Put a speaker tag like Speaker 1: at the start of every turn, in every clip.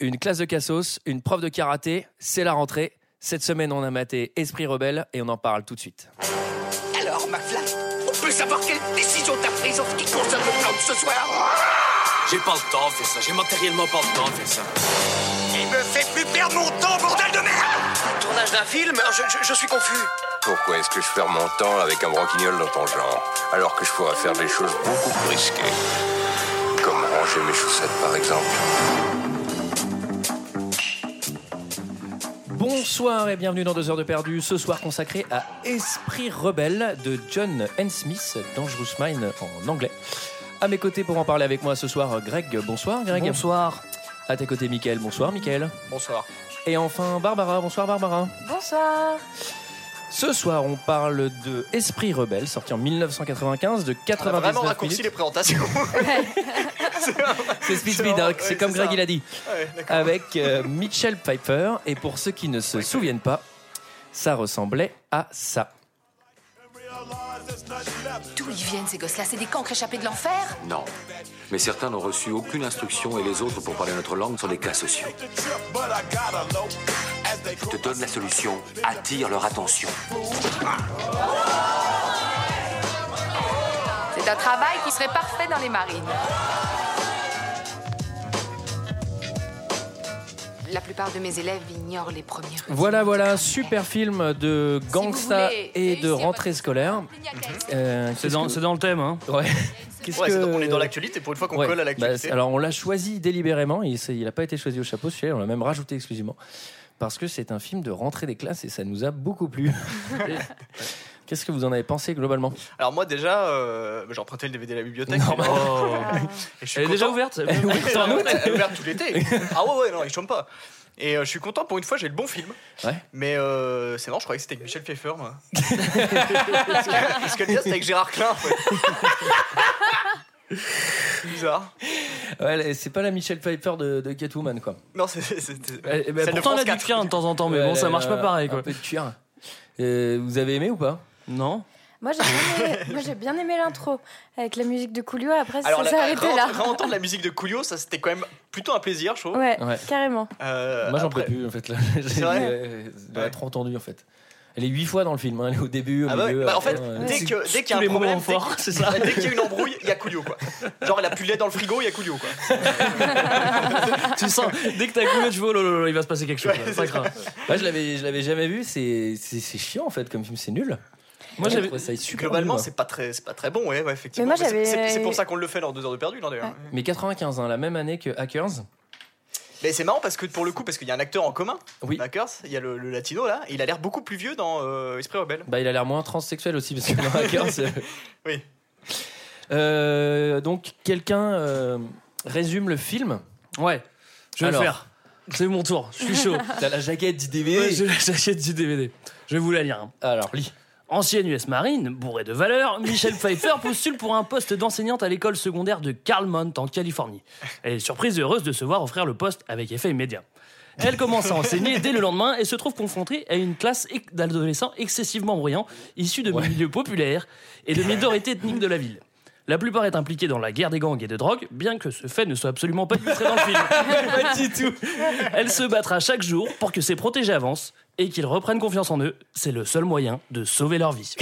Speaker 1: une classe de cassos, une prof de karaté, c'est la rentrée. Cette semaine, on a maté Esprit Rebelle et on en parle tout de suite.
Speaker 2: Alors, McFly, on peut savoir quelle décision t'as prise en ce qui concerne le plan de ce soir
Speaker 3: J'ai pas le temps de faire ça, j'ai matériellement pas le temps de faire ça.
Speaker 2: Il me fait plus perdre mon temps, bordel de merde Tournage d'un film je, suis confus.
Speaker 4: Pourquoi est-ce que je perds mon temps avec un broquignol dans ton genre, alors que je pourrais faire des choses beaucoup plus risquées Comme ranger mes chaussettes, par exemple.
Speaker 1: Bonsoir et bienvenue dans 2 heures de perdu, ce soir consacré à Esprit Rebelle de John N. Smith, Dangerous Mind en anglais. À mes côtés pour en parler avec moi ce soir, Greg, bonsoir Greg. Bonsoir. À tes côtés, Mickaël, bonsoir Mickaël.
Speaker 3: Bonsoir.
Speaker 1: Et enfin, Barbara, bonsoir Barbara.
Speaker 5: Bonsoir.
Speaker 1: Ce soir, on parle de Esprit Rebelle, sorti en 1995 de 99
Speaker 6: vraiment
Speaker 1: minutes.
Speaker 6: raccourci les présentations.
Speaker 1: C'est
Speaker 6: C'est
Speaker 1: Speed,
Speaker 6: vraiment-
Speaker 1: hein, c'est
Speaker 6: ouais,
Speaker 1: comme
Speaker 6: c'est
Speaker 1: Greg
Speaker 6: ça.
Speaker 1: il a dit.
Speaker 6: Ouais, d'accord.
Speaker 1: Avec euh, Mitchell Piper. Et pour ceux qui ne se souviennent pas, ça ressemblait à ça.
Speaker 5: D'où ils viennent ces gosses-là C'est des cancres échappés de l'enfer
Speaker 3: Non. Mais certains n'ont reçu aucune instruction et les autres, pour parler notre langue, sont des cas sociaux. Je te donne la solution. Attire leur attention.
Speaker 5: C'est un travail qui serait parfait dans les marines. La plupart de mes élèves ignorent les premiers. rues.
Speaker 1: Voilà, voilà, super film de
Speaker 5: Si vous
Speaker 1: gangsta
Speaker 5: voulez
Speaker 1: et de
Speaker 5: réussir votre
Speaker 1: rentrée
Speaker 5: mission,
Speaker 1: scolaire.
Speaker 5: Plignacais,
Speaker 1: Euh,
Speaker 7: C'est
Speaker 1: qu'est-ce
Speaker 7: dans,
Speaker 1: que-
Speaker 7: c'est dans le thème, hein.
Speaker 1: Ouais. Qu'est-ce
Speaker 6: Ouais, c'est-
Speaker 1: que-
Speaker 6: On est dans l'actualité pour une fois qu'on
Speaker 1: Ouais.
Speaker 6: colle à
Speaker 1: Bah,
Speaker 6: l'actualité.
Speaker 1: c'est- alors on l'a choisi délibérément, il n'a pas été choisi au chapeau, celui-là, on l'a même rajouté exclusivement. Parce que c'est un film de rentrée des classes et ça nous a beaucoup plu. Qu'est-ce que vous en avez pensé globalement
Speaker 6: Alors moi déjà, euh, j'ai emprunté le DVD à la bibliothèque.
Speaker 1: Non,
Speaker 6: mais-
Speaker 8: Oh.
Speaker 6: Et je suis
Speaker 7: Elle est déjà
Speaker 6: content.
Speaker 7: ouverte. bah,
Speaker 6: Elle est ouverte- elle est ouverte tout l'été. Ah ouais ouais non, il chôme pas. Et euh, je suis content pour une fois, j'ai le bon film.
Speaker 1: Ouais.
Speaker 6: Mais euh, c'est marrant, je croyais que c'était avec Michel Pfeiffer, moi. parce que, parce que le lien, c'était avec Gérard Klein. en fait. Bizarre.
Speaker 1: Ouais, c'est pas la Michelle Piper de, de Catwoman quoi.
Speaker 6: Non, c'est. c'est- c'est-
Speaker 1: Eh, eh ben,
Speaker 6: Celle de
Speaker 7: Pourtant, on a
Speaker 6: France
Speaker 7: du
Speaker 6: 4.
Speaker 7: cuir de temps en temps, mais
Speaker 1: Ouais,
Speaker 7: bon, ça marche pas
Speaker 1: euh,
Speaker 7: pareil,
Speaker 1: Un
Speaker 7: quoi.
Speaker 1: peu de cuir. Euh, vous avez aimé ou pas
Speaker 7: Non
Speaker 9: Moi j'ai bien aimé, moi, j'ai bien aimé l'intro avec la musique de Coolio. Après
Speaker 6: Alors,
Speaker 9: ça s'est
Speaker 6: la-
Speaker 9: arrêté
Speaker 6: réent-
Speaker 9: là.
Speaker 6: réentendre la musique de Coolio, ça c'était quand même plutôt un plaisir, je trouve.
Speaker 9: Ouais,
Speaker 1: Ouais.
Speaker 9: carrément.
Speaker 6: Euh,
Speaker 1: Moi j'en
Speaker 6: après-
Speaker 1: peux plus en fait. Là.
Speaker 6: C'est vrai
Speaker 1: Euh, je dois
Speaker 6: Ouais.
Speaker 1: être entendu en fait. Elle est huit fois dans le film, hein, elle est au début, au
Speaker 6: Ah bah ouais,
Speaker 1: milieu.
Speaker 6: bah, en
Speaker 1: après,
Speaker 6: fait,
Speaker 1: euh,
Speaker 6: dès que- dès qu'il y a
Speaker 7: Tous
Speaker 6: un
Speaker 7: les
Speaker 6: problème,
Speaker 7: moments
Speaker 6: dès-
Speaker 7: forts, c'est ça.
Speaker 6: Dès qu'il y a une embrouille, il y a Coolio quoi. Genre, elle a plus de lait dans le frigo, il y a Coolio quoi.
Speaker 7: tu sens, dès que t'as coulé, tu vois, lololo, il va se passer quelque chose.
Speaker 6: Ouais,
Speaker 7: là,
Speaker 6: c'est
Speaker 7: pas grave.
Speaker 1: Moi je l'avais je l'avais jamais vu, c'est c'est- c'est chiant en fait comme film, c'est nul.
Speaker 7: Moi, j'avais.
Speaker 1: trouvé ça super
Speaker 6: Globalement,
Speaker 1: nul.
Speaker 6: c'est pas très, c'est pas très bon, ouais, ouais, effectivement.
Speaker 9: Mais moi,
Speaker 6: c'est-
Speaker 9: j'avais-
Speaker 6: c'est c'est pour ça qu'on le fait dans deux heures de perdu, non, d'ailleurs.
Speaker 9: Ouais.
Speaker 1: Mais 95, hein, la même année que Hackers.
Speaker 6: Mais c'est marrant parce que pour le coup, parce qu'il y a un acteur en commun,
Speaker 1: Oui.
Speaker 6: d'accord, il y a le, le latino là, et il a l'air beaucoup plus vieux dans euh, Esprit rebelle.
Speaker 1: Bah, il a l'air moins transsexuel aussi parce que dans Hackers. euh,
Speaker 6: Oui.
Speaker 1: Euh, donc, quelqu'un euh, résume le film.
Speaker 7: Ouais, je vais le
Speaker 1: Alors.
Speaker 7: faire. C'est mon tour, je suis chaud.
Speaker 1: T'as la jaquette du
Speaker 7: Ouais,
Speaker 1: DVD.
Speaker 7: je- J'achète du DVD. Je vais vous la lire.
Speaker 1: Alors, lis.
Speaker 7: Ancienne US Marine, bourrée de valeur, Michelle Pfeiffer postule pour un poste d'enseignante à l'école secondaire de Carlmont en Californie. Elle est surprise et heureuse de se voir offrir le poste avec effet immédiat. Elle commence à enseigner dès le lendemain et se trouve confrontée à une classe ex- d'adolescents excessivement bruyants, issus de milieux populaires et de minorités ethniques de la ville. La plupart est impliquée dans la guerre des gangs et de drogue, bien que ce fait ne soit absolument pas illustré dans le film. pas du tout. Elle se battra chaque jour pour que ses protégés avancent et qu'ils reprennent confiance en eux. C'est le seul moyen de sauver leur vie.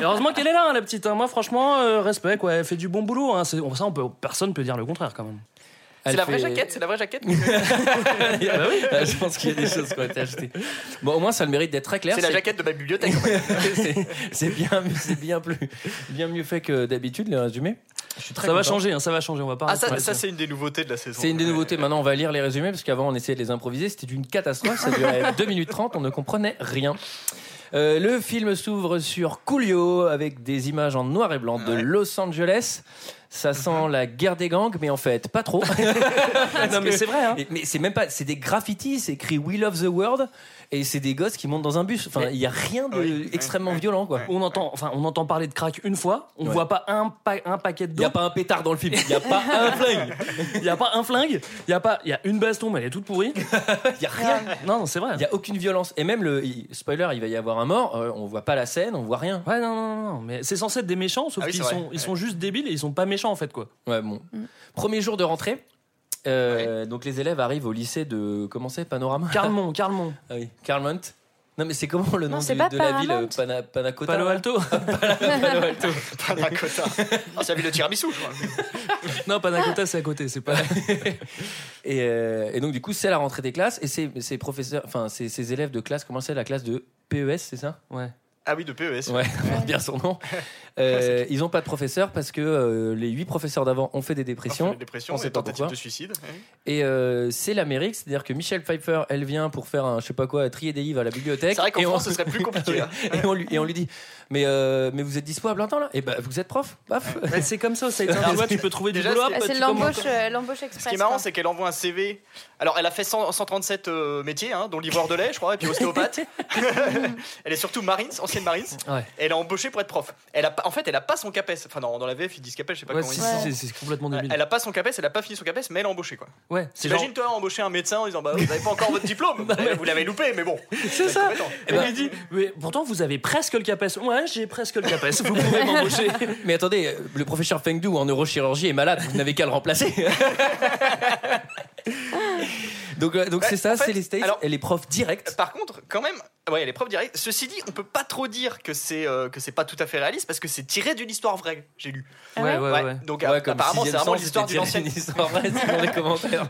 Speaker 7: Et heureusement qu'elle est là, hein, la petite. hein. Moi, franchement, euh, respect, quoi. Elle fait du bon boulot. Hein. C'est- Ça, on peut, personne peut dire le contraire, quand même.
Speaker 1: Elle
Speaker 6: C'est la vraie
Speaker 1: fait-
Speaker 6: jaquette, c'est la vraie jaquette.
Speaker 1: Ah, je pense qu'il y a des choses qu'on a été achetées. Bon, au moins, ça le mérite d'être très clair.
Speaker 6: C'est la jaquette de ma bibliothèque. en fait.
Speaker 1: c'est- C'est bien, mieux- c'est bien plus, bien mieux fait que d'habitude les résumés. Je suis très
Speaker 7: ça va
Speaker 1: content.
Speaker 7: changer, hein, ça va changer. On va pas.
Speaker 6: Ah, ça,
Speaker 7: rester
Speaker 6: ça,
Speaker 7: là-dessus.
Speaker 6: c'est une des nouveautés de la saison.
Speaker 1: C'est une des nouveautés. Maintenant, on va lire les résumés parce qu'avant, on essayait de les improviser. C'était une catastrophe. Ça durait 2 minutes 30. On ne comprenait rien. Euh, le film s'ouvre sur Coolio avec des images en noir et blanc de Los Angeles. Ça sent la guerre des gangs, mais en fait, pas trop.
Speaker 7: Non, mais c'est vrai. hein.
Speaker 1: Et- mais c'est même pas. C'est des graffitis. C'est écrit We Love the World et c'est des gosses qui montent dans un bus. Enfin, il y a rien de
Speaker 6: Oui.
Speaker 1: extrêmement violent, quoi.
Speaker 7: On entend, enfin, on entend parler de crack une fois. On
Speaker 1: Ouais.
Speaker 7: voit pas un, pa- un paquet de
Speaker 1: Il n'y a pas un pétard dans le film. Il n'y a pas un flingue.
Speaker 7: Il y a pas un flingue. Il y a pas. Il y a une baston, mais elle est toute pourrie.
Speaker 1: Il y a rien.
Speaker 7: Non, non, c'est vrai.
Speaker 1: Il n'y a aucune violence. Et même le il- spoiler, il va y avoir un mort. euh, on voit pas la scène, on voit rien.
Speaker 7: Ouais, non, non, non, non, mais c'est censé être des méchants, sauf
Speaker 6: Ah oui,
Speaker 7: qu'ils
Speaker 6: c'est vrai.
Speaker 7: sont, ils sont juste débiles et ils sont pas méchants en fait, quoi.
Speaker 1: Ouais, bon. Premier jour de rentrée. Euh, Donc les élèves arrivent au lycée de. Comment c'est Panorama
Speaker 8: Carmont, Carmont.
Speaker 1: Ah oui, Carmont. Non, mais c'est comment le nom
Speaker 7: Non, c'est
Speaker 1: du-
Speaker 7: pas
Speaker 1: de la ville
Speaker 7: Paramount.
Speaker 1: euh, Pana, Panacota
Speaker 8: Palo Alto
Speaker 1: Palo Alto.
Speaker 6: Panacota. Ah, c'est la ville de tiramisu, je crois.
Speaker 8: Non, Panacota, c'est à côté, c'est pas.
Speaker 1: Et, euh, et donc, du coup, c'est la rentrée des classes et ces, ces professeurs, enfin, ces, ces élèves de classe, comment c'est la classe de PES, c'est ça
Speaker 8: Ouais.
Speaker 6: Ah oui, de PES.
Speaker 1: Ouais, on bien son nom. Euh, ils n'ont pas de professeur parce que euh, les huit professeurs d'avant ont fait des
Speaker 6: Dépression,
Speaker 1: dépressions.
Speaker 6: dépression
Speaker 1: on sait
Speaker 6: et
Speaker 1: pas
Speaker 6: tentative
Speaker 1: pourquoi.
Speaker 6: de suicide. Ouais.
Speaker 1: Et euh, c'est l'Amérique, c'est-à-dire que Michelle Pfeiffer, elle vient pour faire un, je sais pas quoi, trier des livres à la bibliothèque.
Speaker 6: C'est vrai qu'en
Speaker 1: Et on-
Speaker 6: France, ce serait plus compliqué. hein.
Speaker 1: et, on lui, et on lui dit Mais, euh, mais vous êtes dispo à plein temps là Et bah, vous êtes prof Paf Ah
Speaker 8: Mais c'est comme ça, ça tu vois, tu peux trouver du
Speaker 6: Déjà,
Speaker 8: boulot.
Speaker 6: c'est-
Speaker 8: hop,
Speaker 7: C'est
Speaker 8: tu
Speaker 7: l'embauche
Speaker 8: commences.
Speaker 7: euh, l'embauche
Speaker 6: Ce
Speaker 7: express.
Speaker 6: qui est marrant,
Speaker 7: quoi.
Speaker 6: c'est qu'elle envoie un CV. Alors, elle a fait 100 137 euh, métiers, hein, dont livreur de lait, je crois, et puis ostéopathe. elle est surtout Marines, ancienne Marines.
Speaker 8: Ouais.
Speaker 6: Et Elle est embauchée pour être prof. Elle a, pas- en fait, elle a pas son CAPES. Enfin, dans, dans la VF, ils disent CAPES, je sais pas
Speaker 8: Ouais,
Speaker 6: comment
Speaker 8: si,
Speaker 6: ils
Speaker 8: si,
Speaker 6: disent.
Speaker 8: c'est c'est complètement
Speaker 6: Elle-
Speaker 8: débile.
Speaker 6: Elle a pas son CAPES, elle a pas fini son CAPES, mais elle est embauchée quoi.
Speaker 8: Ouais, c'est genre.
Speaker 6: T'imagines toi embaucher un médecin en disant bah vous avez pas encore votre diplôme, Eh, vous l'avez loupé, mais bon.
Speaker 8: C'est ça.
Speaker 6: Complètement.
Speaker 8: Elle lui dit Mais pourtant, vous avez presque le CAPES. Ouais, j'ai presque le CAPES. Vous pouvez m'embaucher.
Speaker 1: Mais attendez, le professeur Feng Du en neurochirurgie est malade, vous n'avez qu'à le remplacer. donc euh, donc
Speaker 6: Ouais,
Speaker 1: c'est ça,
Speaker 6: en fait,
Speaker 1: c'est les States,
Speaker 6: alors-
Speaker 1: et les profs directs.
Speaker 6: Par contre, quand même, ouais, les profs directs. Ceci dit, on peut pas trop dire que c'est euh, que c'est pas tout à fait réaliste parce que c'est tiré d'une histoire vraie. J'ai lu.
Speaker 7: Ah ouais
Speaker 8: ouais, ouais.
Speaker 6: Donc
Speaker 1: Ouais,
Speaker 6: a-
Speaker 1: comme
Speaker 6: apparemment, c'est
Speaker 1: sixième
Speaker 6: vraiment
Speaker 1: sens,
Speaker 6: l'histoire d'une
Speaker 1: c'était
Speaker 6: ancienne.
Speaker 1: une histoire vraie, c'est dans les commentaires.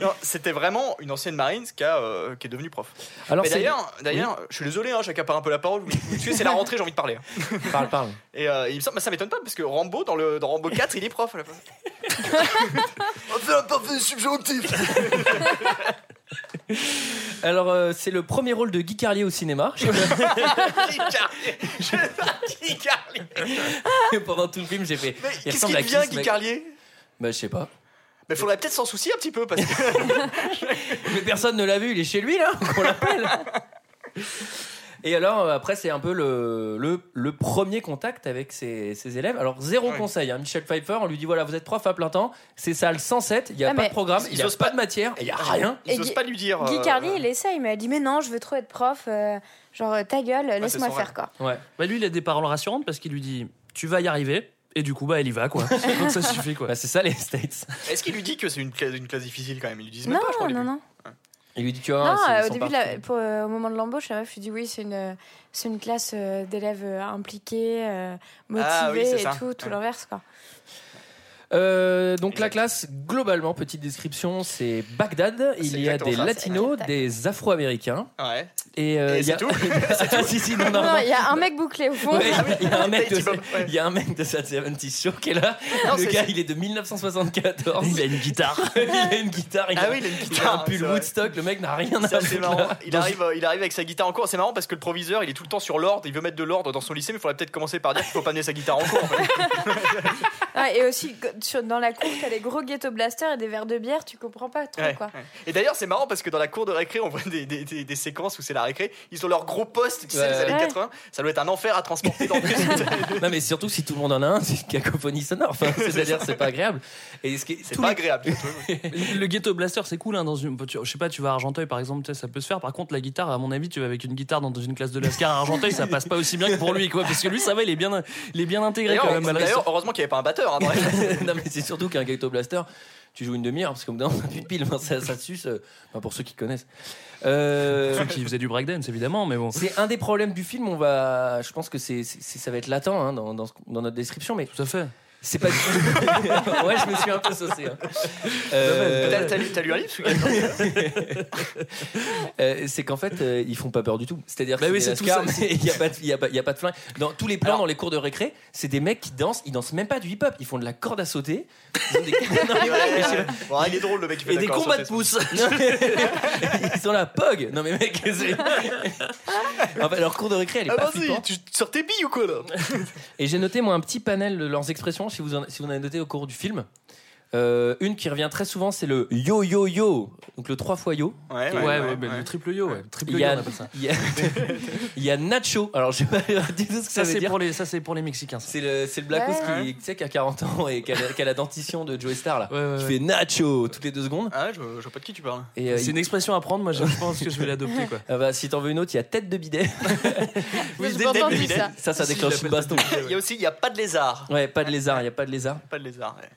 Speaker 6: Non, C'était vraiment une ancienne marine qui a euh, qui est devenue prof.
Speaker 1: Alors
Speaker 6: Mais
Speaker 1: c'est-
Speaker 6: d'ailleurs, d'ailleurs, je suis désolé, hein, j'accapare un peu la parole. mais- Parce que c'est la rentrée, j'ai envie de parler. hein.
Speaker 1: parle parle.
Speaker 6: Et euh, il me semble, bah, ça m'étonne pas parce que Rambo dans le dans Rambo 4, il est prof. à la fin.
Speaker 1: Alors euh, c'est le premier rôle de Guy Carlier au cinéma.
Speaker 6: Guy Carlier. Je- Guy Carlier.
Speaker 1: Pendant tout le film, j'ai fait.
Speaker 6: Mais Qu'est-ce
Speaker 1: ressemble
Speaker 6: qui
Speaker 1: à
Speaker 6: devient
Speaker 1: qui, ce
Speaker 6: Guy
Speaker 1: mec
Speaker 6: Carlier
Speaker 1: Bah je sais pas.
Speaker 6: Mais faudrait peut-être s'en soucier un petit peu parce que
Speaker 1: Mais personne ne l'a vu, il est chez lui là, qu'on l'appelle. Et alors euh, après c'est un peu le, le, le premier contact avec ses, ses élèves. Alors zéro
Speaker 6: Ouais.
Speaker 1: conseil, hein. Michel Pfeiffer, on lui dit voilà vous êtes prof à plein temps, c'est salle 107, il n'y a
Speaker 7: Ah,
Speaker 1: pas
Speaker 7: mais-
Speaker 1: de programme, il
Speaker 6: Ils
Speaker 1: n'y a
Speaker 6: osent
Speaker 1: pas
Speaker 6: pas-
Speaker 1: de matière, il n'y a rien.
Speaker 7: Et
Speaker 6: ils n'osent
Speaker 7: Guy-
Speaker 6: pas lui dire.
Speaker 7: Guy
Speaker 6: euh,
Speaker 7: Carly, il essaye, mais elle dit Mais non, je veux trop être prof. euh, genre, euh, ta gueule, laisse-moi
Speaker 6: son
Speaker 7: faire, quoi.
Speaker 1: Ouais.
Speaker 8: Bah, lui, il a des paroles rassurantes parce qu'il lui dit Tu vas y arriver. Et du coup, bah, elle y va, quoi. Donc ça suffit, quoi.
Speaker 1: Bah, c'est ça les States.
Speaker 6: Est-ce qu'il lui dit que c'est une classe, une classe difficile quand même Ils lui disent même
Speaker 7: Non,
Speaker 6: pas, je crois. au
Speaker 7: non,
Speaker 6: début. Ah,
Speaker 7: non.
Speaker 1: Il lui dit tu vois,
Speaker 7: non,
Speaker 1: c'est-
Speaker 7: euh,
Speaker 1: ils
Speaker 7: au
Speaker 1: sont
Speaker 7: début, de la-
Speaker 1: partis.
Speaker 7: pour, euh, au moment de l'embauche, la meuf, je dis Oui, c'est une, euh, c'est une classe euh, d'élèves euh, impliqués, euh, motivés
Speaker 6: Ah oui, c'est
Speaker 7: et
Speaker 6: ça.
Speaker 7: tout, tout
Speaker 6: Ouais.
Speaker 7: l'inverse, quoi.
Speaker 1: Euh, donc la
Speaker 6: Exact.
Speaker 1: classe, globalement, petite description, c'est Bagdad.
Speaker 6: C'est
Speaker 1: Il y a
Speaker 6: exactement
Speaker 1: des
Speaker 6: ça.
Speaker 1: latinos, des afro-américains.
Speaker 6: Ah Ouais.
Speaker 1: Et, euh,
Speaker 6: Et
Speaker 1: il y a-
Speaker 6: c'est tout
Speaker 1: Ah, si, si, non, non, non.
Speaker 7: Non, il y a un mec bouclé au fond.
Speaker 1: Ouais, il y a un mec de,
Speaker 6: Petit Bob, ouais.
Speaker 1: il y a un mec de Sad 70 Show qui est là.
Speaker 6: Non,
Speaker 1: le
Speaker 6: c'est-
Speaker 1: gars,
Speaker 6: c'est-
Speaker 1: il est de 1974.
Speaker 8: Il a une guitare.
Speaker 1: il a une guitare. Il
Speaker 6: Ah
Speaker 1: a,
Speaker 6: oui, il a une
Speaker 1: il a un
Speaker 6: guitare,
Speaker 1: pull
Speaker 6: c'est vrai.
Speaker 1: Woodstock. Le mec n'a rien à
Speaker 6: C'est assez
Speaker 1: faire.
Speaker 6: marrant.
Speaker 1: là.
Speaker 6: Il arrive, euh, il arrive avec sa guitare en cours. C'est marrant parce que le proviseur, il est tout le temps sur l'ordre. Il veut mettre de l'ordre dans son lycée, mais il faudrait peut-être commencer par dire qu'il faut pas amener sa guitare en cours. en fait.
Speaker 7: Ouais, et aussi, go- sur- dans la cour, t'as des gros ghetto blasters et des verres de bière, tu comprends pas trop,
Speaker 6: Ouais,
Speaker 7: quoi.
Speaker 6: ouais. Et d'ailleurs, c'est marrant parce que dans la cour de récré, on voit des, des- des- des séquences où c'est la récré. Ils ont leur gros poste, tu sais,
Speaker 1: Ouais.
Speaker 6: les années
Speaker 7: Ouais.
Speaker 6: 80. Ça doit être un enfer à transporter dans le bus.
Speaker 1: Non, mais surtout si tout le monde en a un, c'est une cacophonie sonore. Enfin, c'est-à-dire, c'est pas agréable. Et ce qui est-
Speaker 6: C'est
Speaker 1: tous
Speaker 6: pas
Speaker 1: les-
Speaker 6: agréable. surtout.
Speaker 8: le ghetto blaster, c'est cool. Hein, dans une, tu- je sais pas, tu vas à Argenteuil par exemple, tu sais, ça peut se faire. Par contre, la guitare, à mon avis, tu vas avec une guitare dans, dans une classe de lascar à Argenteuil, ça passe pas aussi bien que pour lui, quoi. Parce que lui, ça va, il est bien, il est bien intégré quand
Speaker 6: D'ailleurs,
Speaker 8: même. à la-
Speaker 6: d'ailleurs, heureusement qu'il n'y avait pas un batteur. hein, dans la-
Speaker 1: non, mais c'est surtout qu'un ghetto blaster, tu joues une demi-heure parce qu'au bout d'un moment, t'as plus de pile. Enfin, ça, ça te suce. euh, enfin, pour ceux qui connaissent. Euh,
Speaker 8: Ceux qui faisaient du breakdance, évidemment, mais bon.
Speaker 1: C'est un des problèmes du film. On va, je pense que c'est, c'est- ça va être latent hein, dans, dans ce- dans notre description, mais
Speaker 8: Tout à fait.
Speaker 1: c'est pas. du tout- ouais, je me suis un peu saucé. hein. Euh,
Speaker 6: T'as- T'as lu- t'as lu un livre ce gars
Speaker 1: euh, c'est qu'en fait, euh, ils font pas peur du tout. C'est-à-dire que
Speaker 8: Bah oui,
Speaker 1: des
Speaker 8: c'est tout
Speaker 1: lascars,
Speaker 8: ça.
Speaker 1: mais Il y a pas, de- il y a pas, il y a pas de flingue. Dans tous les plans,
Speaker 6: Alors-
Speaker 1: dans les cours de récré, c'est des mecs qui dansent. Ils dansent même pas du hip-hop. Ils font de la corde à sauter. Ils ont des- Non, mais voilà, mais je sais pas.
Speaker 6: Ouais, Il est drôle le mec. qui fait
Speaker 1: Et des
Speaker 6: d'accord,
Speaker 1: combats
Speaker 6: ça,
Speaker 1: de
Speaker 6: c'est-
Speaker 1: pouces. Non, mais- Ils sont là, pog. Non mais mec, c'est... Enfin, leur cours de récré, elle est
Speaker 6: Ah
Speaker 1: pas
Speaker 6: vas-y,
Speaker 1: flippante.
Speaker 6: tu sors tes billes ou quoi là
Speaker 1: Et j'ai noté moi un petit panel de leurs expressions, si vous en, si vous en avez noté au cours du film. Euh, une qui revient très souvent, c'est le yo yo yo, donc le trois fois yo.
Speaker 8: Ouais, ouais, mais
Speaker 1: bah,
Speaker 8: le triple yo, ouais. Triple
Speaker 1: Il y
Speaker 8: yo,
Speaker 1: a,
Speaker 8: on appelle ça.
Speaker 1: il y a- il y a Nacho. Alors je sais pas du tout ce que ça,
Speaker 8: Ça,
Speaker 1: veut
Speaker 8: c'est
Speaker 1: dire.
Speaker 8: pour les, ça, c'est pour les Mexicains. Ça.
Speaker 1: C'est le, c'est le Black Ops
Speaker 6: Ouais.
Speaker 1: qui, tu sais, qui a 40 ans et qui a, la- qui a la dentition de Joey Star là.
Speaker 8: Ouais, ouais,
Speaker 1: Qui
Speaker 8: ouais.
Speaker 1: fait Nacho toutes les deux secondes.
Speaker 6: Ah, ouais, je, je vois pas de qui tu parles.
Speaker 1: Et euh,
Speaker 8: C'est
Speaker 1: il-
Speaker 8: une expression à prendre. Moi, je pense que je vais l'adopter, quoi.
Speaker 1: ah bah, si t'en veux une autre, il y a tête de bidet.
Speaker 7: Oui, j'ai entendu ça.
Speaker 1: Ça, ça
Speaker 8: Si,
Speaker 1: déclenche
Speaker 8: il
Speaker 1: une
Speaker 8: l'appelle
Speaker 1: baston.
Speaker 6: Il y a aussi, il y a pas de lézard.
Speaker 1: Ouais, pas de lézard, il y a pas de lézard.
Speaker 6: Pas de lézard. ouais.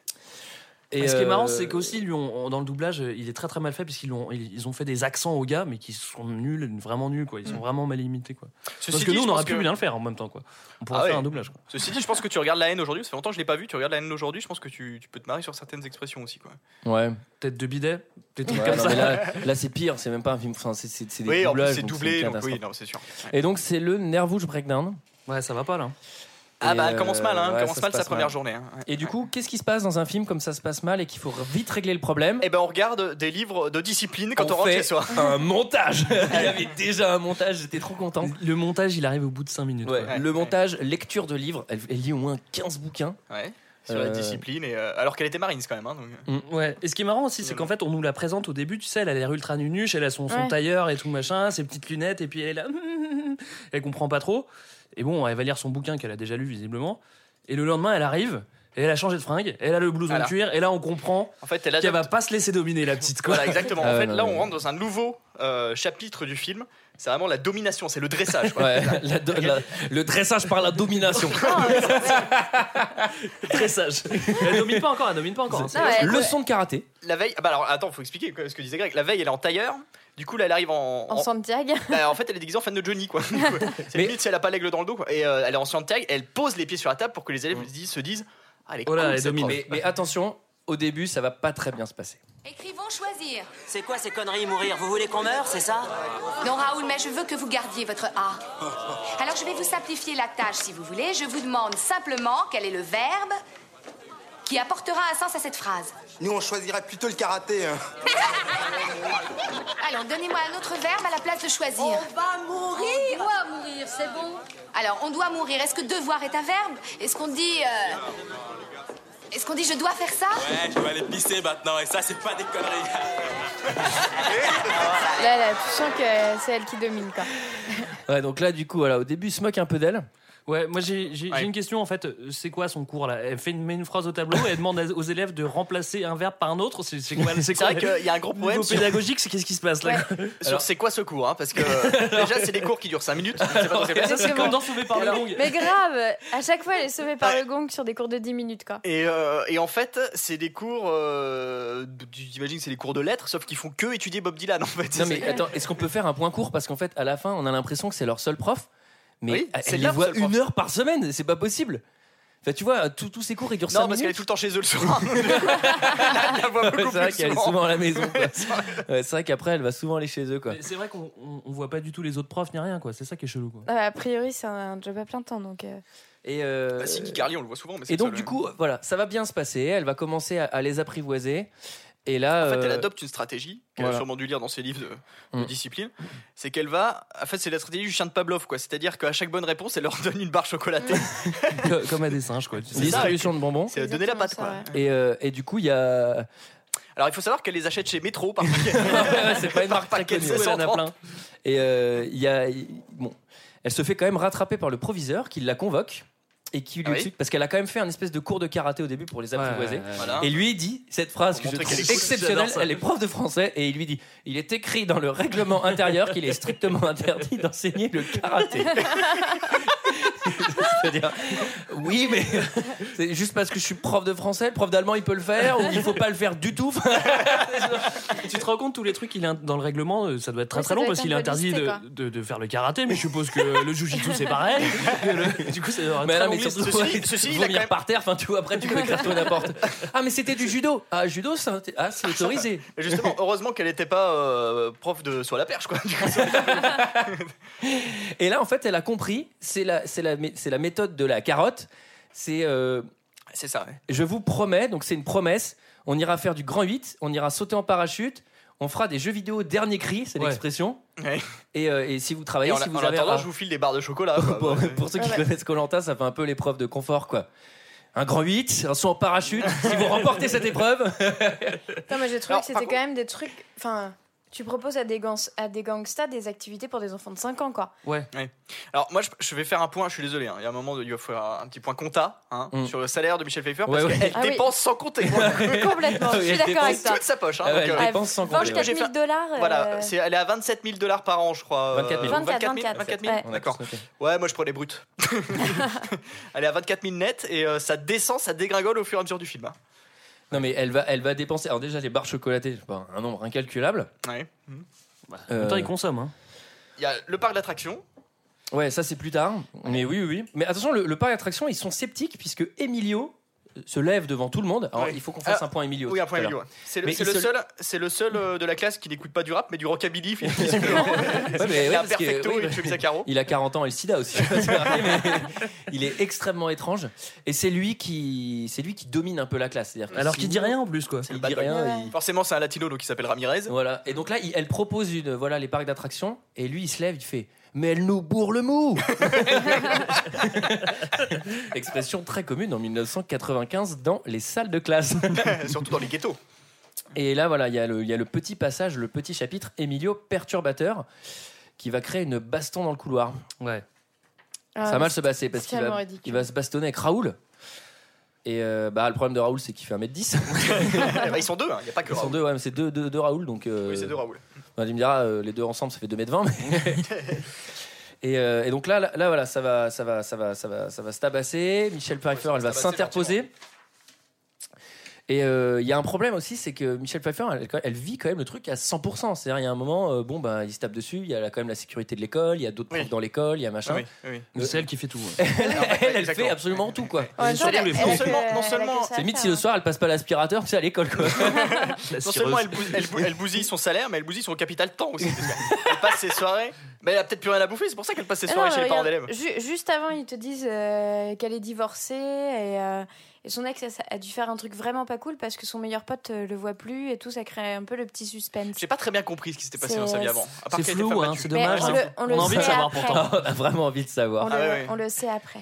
Speaker 1: Et
Speaker 8: Ah, ce qui est marrant,
Speaker 1: euh,
Speaker 8: c'est qu'aussi, lui, on- on- dans le doublage, euh, il est très très mal fait, puisqu'ils ont, ils ils ont fait des accents aux gars, mais qui sont nuls, vraiment nuls, quoi. Ils sont vraiment mal imités, quoi.
Speaker 6: Ceci
Speaker 8: Parce que
Speaker 6: dit,
Speaker 8: nous, on
Speaker 6: je
Speaker 8: aurait
Speaker 6: pense
Speaker 8: pu
Speaker 6: que-
Speaker 8: bien le faire en même temps, quoi. On pourrait
Speaker 6: Ah
Speaker 8: faire
Speaker 6: ouais.
Speaker 8: un doublage, quoi.
Speaker 6: Ceci dit, je pense que tu regardes la haine aujourd'hui, ça fait longtemps que je l'ai pas vu, tu regardes la haine aujourd'hui, je pense que tu, tu peux te marrer sur certaines expressions aussi. Quoi.
Speaker 1: Ouais.
Speaker 8: Tête de bidet, des trucs
Speaker 1: Ouais,
Speaker 8: comme
Speaker 1: non,
Speaker 8: ça.
Speaker 1: mais là, là, c'est pire, c'est même pas un film. Enfin, c'est, c'est, c'est des
Speaker 6: Oui, en plus
Speaker 1: doublages,
Speaker 6: c'est
Speaker 1: donc
Speaker 6: doublé,
Speaker 1: une
Speaker 6: donc oui,
Speaker 1: catastrophe.
Speaker 6: non, c'est sûr.
Speaker 1: Et donc, c'est le Nervouche Breakdown.
Speaker 8: Ouais, ça va pas, là. hein.
Speaker 6: Ah
Speaker 1: Et,
Speaker 6: bah elle commence mal, hein,
Speaker 1: euh, ouais,
Speaker 6: commence
Speaker 1: ça
Speaker 6: mal
Speaker 1: se
Speaker 6: sa
Speaker 1: passe
Speaker 6: première
Speaker 1: mal.
Speaker 6: journée. hein, ouais.
Speaker 1: Et du coup, qu'est-ce qui se passe dans un film comme ça se passe mal et qu'il faut vite régler le problème
Speaker 6: Eh ben on regarde des livres de discipline quand on,
Speaker 1: On
Speaker 6: rentre
Speaker 1: fait
Speaker 6: chez soi.
Speaker 1: Un montage Il y avait déjà un montage, j'étais trop content.
Speaker 8: Le montage, il arrive au bout de 5 minutes.
Speaker 1: Ouais,
Speaker 8: quoi.
Speaker 1: le
Speaker 6: ouais.
Speaker 1: montage, lecture de livres, elle, elle lit au moins 15 bouquins.
Speaker 6: Ouais, sur la
Speaker 1: Euh, mm.
Speaker 6: discipline, et, euh, alors qu'elle était marine quand même. Hein, donc...
Speaker 8: Ouais. Et ce qui est marrant aussi, c'est qu'en fait, on nous la présente au début, tu sais, elle a l'air ultra nunuche, elle a son, son
Speaker 7: Ouais.
Speaker 8: tailleur et tout machin, ses petites lunettes, et puis elle est là, elle comprend pas trop. Et bon, elle va lire son bouquin qu'elle a déjà lu visiblement. Et le lendemain, elle arrive, et elle a changé de fringue, elle a le blouson
Speaker 6: Voilà.
Speaker 8: en cuir, et là, on comprend
Speaker 6: En fait, elle a
Speaker 8: qu'elle va pas se laisser dominer, la petite. Quoi.
Speaker 6: Voilà, exactement.
Speaker 1: Ah
Speaker 6: en
Speaker 1: ouais,
Speaker 6: fait,
Speaker 1: non,
Speaker 6: là,
Speaker 1: mais-
Speaker 6: on rentre dans un nouveau euh, chapitre du film. C'est vraiment la domination, c'est le dressage. Quoi.
Speaker 1: Ouais, la do- la- le dressage par la domination.
Speaker 8: Très sage. Elle domine pas encore, elle domine pas encore. hein.
Speaker 7: Non, elle-
Speaker 1: Leçon de karaté.
Speaker 6: La veille, ah bah alors attends, faut expliquer quoi, ce que disait Greg. La veille, elle est en tailleur. Du coup, là, elle arrive en.
Speaker 7: En
Speaker 6: en-
Speaker 7: Santiago.
Speaker 6: bah, en fait, elle est déguisée en fan de Johnny, quoi. Du coup, c'est
Speaker 1: Mais-
Speaker 6: limite si elle a pas l'aigle dans le dos, quoi. Et euh, elle est en Santiago, elle pose les pieds sur la table pour que les élèves
Speaker 1: Mm.
Speaker 6: se disent- se disent Ah, elle est
Speaker 8: Oh là,
Speaker 6: cool,
Speaker 8: elle
Speaker 6: cette
Speaker 8: domine.
Speaker 6: prof.
Speaker 1: Mais, mais attention, au début, ça va pas très bien se passer.
Speaker 5: Écrivons choisir.
Speaker 10: C'est quoi ces conneries mourir Vous voulez qu'on meure, c'est ça
Speaker 5: Non, Raoul, mais je veux que vous gardiez votre A. Alors, je vais vous simplifier la tâche, si vous voulez. Je vous demande simplement quel est le verbe qui apportera un sens à cette phrase.
Speaker 11: Nous, on choisirait plutôt le karaté. hein.
Speaker 5: Alors, donnez-moi un autre verbe à la place de choisir.
Speaker 10: va mourir On doit mourir, c'est bon.
Speaker 5: Alors, on doit mourir. Est-ce que devoir est un verbe Est-ce qu'on dit. euh, Est-ce qu'on dit je dois faire ça
Speaker 12: Ouais, je vais Eh, aller pisser maintenant, et ça, c'est pas des conneries.
Speaker 7: Là, là, tu sens que c'est elle qui domine, quoi.
Speaker 1: Ouais, donc là, du coup, voilà, au début, il se moque un peu d'elle.
Speaker 8: Ouais, moi j'ai j'ai- j'ai
Speaker 6: Ouais.
Speaker 8: une question en fait. Euh, C'est quoi son cours là Elle fait une, met une phrase au tableau et elle demande à- aux élèves de remplacer un verbe par un autre. C'est c'est quoi C'est
Speaker 6: C'est
Speaker 8: quoi
Speaker 6: vrai qu'il y a un gros
Speaker 8: Niveau
Speaker 6: problème sur,
Speaker 8: pédagogique, c'est qu'est-ce qui se passe là quoi
Speaker 6: sur c'est quoi ce cours, hein, parce que euh, déjà, c'est des cours qui durent 5 minutes. donc c'est pas possible.
Speaker 8: Ça, c'est comme dans Sauvé par le gong.
Speaker 7: Mais grave, à chaque fois, elle est sauvée par le gong sur des cours de 10 minutes, quoi.
Speaker 6: Et, euh, et en fait, c'est des cours. Euh, tu t'imagines que c'est des cours de lettres, sauf qu'ils font que étudier Bob Dylan en fait.
Speaker 1: Non, mais attends, est-ce qu'on peut faire un point court Parce qu'en fait, à la fin, on a l'impression que c'est leur seul prof. Mais
Speaker 6: Oui,
Speaker 1: elle
Speaker 6: c'est
Speaker 1: les
Speaker 6: leur
Speaker 1: voit
Speaker 6: seul prof.
Speaker 1: une heure par semaine, c'est pas possible. Enfin, tu vois, tous tous ces cours, ils durent 5
Speaker 6: Non, parce qu'elle est
Speaker 1: minutes.
Speaker 6: tout le temps chez eux le soir. Là, elle la voit
Speaker 1: Ouais,
Speaker 6: beaucoup
Speaker 1: c'est vrai
Speaker 6: plus
Speaker 1: qu'elle est
Speaker 6: souvent.
Speaker 1: souvent à la maison. quoi. Ouais, c'est vrai qu'après, elle va souvent aller chez eux. Quoi.
Speaker 8: Mais C'est vrai qu'on on- on voit pas du tout les autres profs ni rien quoi. C'est ça qui est chelou quoi.
Speaker 7: Non, mais Euh, a priori, c'est un job à plein temps, donc. euh,
Speaker 1: Et, euh,
Speaker 6: Bah, si, Guy Carly, on le voit souvent. Mais c'est
Speaker 1: et donc,
Speaker 6: le
Speaker 1: du
Speaker 6: seul,
Speaker 1: coup, voilà, ça va bien se passer. Elle va commenmer à, à les apprivoiser. Et là.
Speaker 6: En fait, elle
Speaker 1: euh,
Speaker 6: adopte une stratégie qu'elle a
Speaker 1: voilà.
Speaker 6: sûrement dû lire dans ses livres de, de
Speaker 1: Mm.
Speaker 6: discipline. C'est qu'elle va. En fait, c'est la stratégie du chien de Pavlov, quoi. C'est-à-dire qu'à chaque bonne réponse, elle leur donne une barre chocolatée.
Speaker 8: Co- Comme à des singes quoi. tu sais.
Speaker 6: C'est ça,
Speaker 1: distribution de bonbons.
Speaker 6: C'est donner la
Speaker 7: exactement
Speaker 6: patte,
Speaker 7: ça,
Speaker 6: quoi.
Speaker 7: ouais.
Speaker 1: Et, euh, et du coup, il y a.
Speaker 6: Alors, il faut savoir qu'elle les achète chez Métro par paquet.
Speaker 1: c'est pas une marque
Speaker 6: Par
Speaker 1: très
Speaker 6: paquet de
Speaker 1: connue. Ouais, il y en a
Speaker 6: 730.
Speaker 1: plein. Et euh, il y a. Bon. Elle se fait quand même rattraper par le proviseur qui la convoque et qui lui
Speaker 6: Ah oui
Speaker 1: explique. Parce qu'elle a quand même fait un espèce de cours de karaté au début pour les apprivoiser.
Speaker 8: Ah, Ouais, ouais, ouais.
Speaker 6: Voilà.
Speaker 1: Et lui il dit cette phrase que
Speaker 6: Pour
Speaker 1: je
Speaker 6: montrer
Speaker 1: trouve
Speaker 6: qu'elle est cool.
Speaker 1: exceptionnelle.
Speaker 8: J'adore ça.
Speaker 1: Elle est prof de français et il lui dit il est écrit dans le règlement intérieur qu'il est strictement interdit d'enseigner le karaté. C'est-à-dire, oui, mais c'est juste parce que je suis prof de français, le prof d'allemand il peut le faire ou il faut pas le faire du tout.
Speaker 8: Tu te rends compte tous les trucs qu'il a dans le règlement, euh, ça doit être très
Speaker 7: Ouais,
Speaker 8: très
Speaker 7: ça
Speaker 8: long
Speaker 7: doit
Speaker 8: parce
Speaker 7: être
Speaker 8: qu'il est
Speaker 7: un peu
Speaker 8: interdit
Speaker 7: listé,
Speaker 8: de,
Speaker 7: quoi.
Speaker 8: de- de faire le karaté, mais je suppose que le jujitsu c'est pareil. Que le- du coup, ça doit être
Speaker 1: Mais
Speaker 8: très
Speaker 1: non, mais
Speaker 8: long,
Speaker 1: surtout,
Speaker 6: ceci-
Speaker 1: ouais,
Speaker 6: ceci, il a
Speaker 1: vomir
Speaker 6: quand même-
Speaker 1: par terre, enfin, tu vois, après, tu peux écrire tout n'importe. Ah, mais c'était du judo. Ah, judo, ça, ah, c'est autorisé.
Speaker 6: Et Justement, heureusement qu'elle n'était pas euh, prof de soit la perche, quoi. Du
Speaker 1: Ah,
Speaker 6: coup,
Speaker 1: Et là, en fait, elle a compris. C'est la, c'est la, mé- c'est la méthode de la carotte. C'est, euh,
Speaker 6: c'est ça. ouais.
Speaker 1: je vous promets, donc c'est une promesse. On ira faire du grand 8, on ira sauter en parachute, on fera des jeux vidéo au dernier cri, c'est
Speaker 8: Ouais.
Speaker 1: l'expression.
Speaker 6: Ouais.
Speaker 1: Et, euh, et si vous
Speaker 6: Et
Speaker 1: travaillez,
Speaker 6: en,
Speaker 1: si vous
Speaker 6: en
Speaker 1: avez.
Speaker 6: attendant,
Speaker 1: ah,
Speaker 6: je vous file des barres de chocolat. quoi.
Speaker 1: pour,
Speaker 6: Ouais.
Speaker 1: pour ceux qui
Speaker 7: Ouais.
Speaker 1: connaissent Colanta, ça fait un peu l'épreuve de confort, quoi. Un grand 8, un saut en parachute. si vous remportez cette épreuve,
Speaker 7: Non, mais j'ai trouvé
Speaker 6: Alors,
Speaker 7: que c'était
Speaker 6: par
Speaker 7: quand même des trucs. Enfin, tu proposes à des, gans- à des gangsters des activités pour des enfants de 5 ans, quoi.
Speaker 6: Alors moi je, je vais faire un point, je suis désolé, hein, il y a un moment il va falloir un petit point compta hein,
Speaker 1: Mm.
Speaker 6: sur le salaire de Michel Pfeiffer
Speaker 1: Ouais,
Speaker 6: parce
Speaker 1: ouais.
Speaker 6: qu'elle
Speaker 7: Ah oui.
Speaker 6: dépense sans compter. quoi.
Speaker 7: Complètement, je
Speaker 1: Oui,
Speaker 7: suis
Speaker 1: elle
Speaker 7: d'accord avec
Speaker 6: dépense
Speaker 7: toi.
Speaker 6: toute sa poche. hein,
Speaker 1: Ah ouais,
Speaker 6: donc, euh,
Speaker 1: elle dépense sans compter. ouais.
Speaker 7: 24
Speaker 6: j'ai
Speaker 7: 000
Speaker 6: fait-
Speaker 7: dollars. euh,
Speaker 6: Voilà, c'est, elle est à 27 000 dollars par an je crois. euh,
Speaker 1: 24 000.
Speaker 6: 24 000,
Speaker 7: 24
Speaker 6: 000,
Speaker 7: ouais.
Speaker 6: d'accord. Ouais moi je prenais brut. elle est à 24 000 net et euh, ça descend, ça dégringole au fur et à mesure du film. hein.
Speaker 1: Non, mais elle va, elle va dépenser. Alors, déjà, les barres chocolatées, je sais pas, un nombre incalculable. Euh,
Speaker 6: Ouais.
Speaker 8: En même temps, ils consomment. Hein.
Speaker 6: Il y a le parc d'attractions.
Speaker 1: Ouais, ça c'est plus tard. Mais oui, oui, oui. Mais attention, le, le parc d'attractions, ils sont sceptiques puisque Emilio euh, se lève devant tout le monde. Alors, il faut qu'on fasse
Speaker 6: Ah,
Speaker 1: un point Emilio.
Speaker 6: Oui, un
Speaker 1: tout
Speaker 6: point
Speaker 1: à l'heure.
Speaker 6: Emilio. C'est le,
Speaker 1: Mais
Speaker 6: c'est
Speaker 1: il
Speaker 6: le
Speaker 1: se-
Speaker 6: seul, c'est le seul euh, de la classe qui n'écoute pas du rap, mais du rockabilly. visiblement.
Speaker 1: Ouais, mais
Speaker 6: Il
Speaker 1: ouais,
Speaker 6: a un
Speaker 1: parce que-
Speaker 6: perfecto
Speaker 1: oui,
Speaker 6: et
Speaker 1: bah,
Speaker 6: une chemise à carreaux.
Speaker 1: Il a 40 ans et le sida aussi. je sais pas si vous vous rappelez, mais il est extrêmement étrange. Et c'est lui qui, c'est lui qui domine un peu la classe. C'est-à-dire que
Speaker 8: Alors
Speaker 1: si-
Speaker 8: qu'il dit rien en plus, quoi.
Speaker 1: Il dit rien. il-
Speaker 6: Forcément, c'est un latino donc il s'appelle Ramirez.
Speaker 1: Voilà. Et donc là, il- elle propose une, voilà, les parcs d'attractions. Et lui, il se lève, il fait. Mais elle nous bourre le mou Expression très commune en 1995 dans les salles de classe.
Speaker 6: Surtout dans les ghettos.
Speaker 1: Et là, voilà, il y, a le- il y a le petit passage, le petit chapitre Emilio perturbateur qui va créer une baston dans le couloir.
Speaker 8: Ouais.
Speaker 1: ça va mal se passer parce
Speaker 7: Ah, c'est
Speaker 1: qu'il
Speaker 7: tellement
Speaker 1: va,
Speaker 7: ridicule.
Speaker 1: il va se bastonner avec Raoul. Et euh, bah, le problème de Raoul, c'est qu'il fait 1m10.
Speaker 6: Ah bah, ils sont deux, hein, il n'y a pas que
Speaker 1: Ils sont
Speaker 6: Raoul.
Speaker 1: deux, ouais, mais c'est deux, deux, deux Raoul. Donc, euh,
Speaker 6: Oui, c'est deux Raoul.
Speaker 1: bah, il me dira, euh, les deux ensemble, ça fait 2m20. mais- et, euh, et donc là, là, là, voilà, ça va, ça, va, ça, va, ça, va, ça va se tabasser. Michel Pfeiffer, elle va
Speaker 6: tabasser
Speaker 1: s'interposer. Et euh, il y a un problème aussi, c'est que Michel Pfeiffer, elle, elle vit quand même le truc à 100%. C'est-à-dire, il y a un moment, euh, bon, bah, il se tape dessus, il y a là, quand même la sécurité de l'école, il y a d'autres
Speaker 6: Oui. Ah
Speaker 1: profs dans l'école, il y a machin. Euh,
Speaker 6: Oui, Hein oui, oui.
Speaker 8: C'est elle qui fait tout. hein. ouais.
Speaker 1: Elle, elle, elle fait
Speaker 6: Exactement.
Speaker 1: absolument tout, quoi.
Speaker 7: En même temps,
Speaker 8: surtout
Speaker 7: elle-
Speaker 8: les
Speaker 7: elle a
Speaker 8: fonds.
Speaker 7: que-
Speaker 6: Non
Speaker 7: elle a que
Speaker 6: seulement-
Speaker 7: ça à
Speaker 1: C'est mythe si
Speaker 7: faire,
Speaker 1: le soir elle passe pas l'aspirateur, tu sais, à l'école quoi.
Speaker 8: La
Speaker 6: Non
Speaker 8: cireuse.
Speaker 6: seulement elle, bous- elle bou- elle bousille son salaire, mais elle bousille son capital temps aussi. parce que elle passe ses soirées. Mais elle a peut-être plus rien à bouffer, c'est pour ça qu'elle passe ses
Speaker 7: Ah
Speaker 6: soirées
Speaker 7: non,
Speaker 6: chez les parents
Speaker 7: regarde,
Speaker 6: d'élèves.
Speaker 7: ju- juste avant, ils te disent euh, qu'elle est divorcée et, euh, et son ex a, a dû faire un truc vraiment pas cool parce que son meilleur pote euh, le voit plus et tout, ça crée un peu le petit suspense.
Speaker 6: J'ai pas très bien compris ce qui s'était passé
Speaker 7: C'est-
Speaker 6: dans sa vie avant. à part
Speaker 8: C'est
Speaker 6: qu'elle était
Speaker 8: flou,
Speaker 6: femme
Speaker 8: hein,
Speaker 6: battue.
Speaker 8: c'est
Speaker 7: Mais
Speaker 8: dommage.
Speaker 7: on
Speaker 8: hein.
Speaker 7: le- on le
Speaker 8: a envie de
Speaker 7: sait
Speaker 8: savoir
Speaker 7: après.
Speaker 8: pourtant.
Speaker 1: On a vraiment envie de
Speaker 7: On,
Speaker 1: savoir.
Speaker 7: le,
Speaker 6: Ah ouais.
Speaker 7: on le sait après.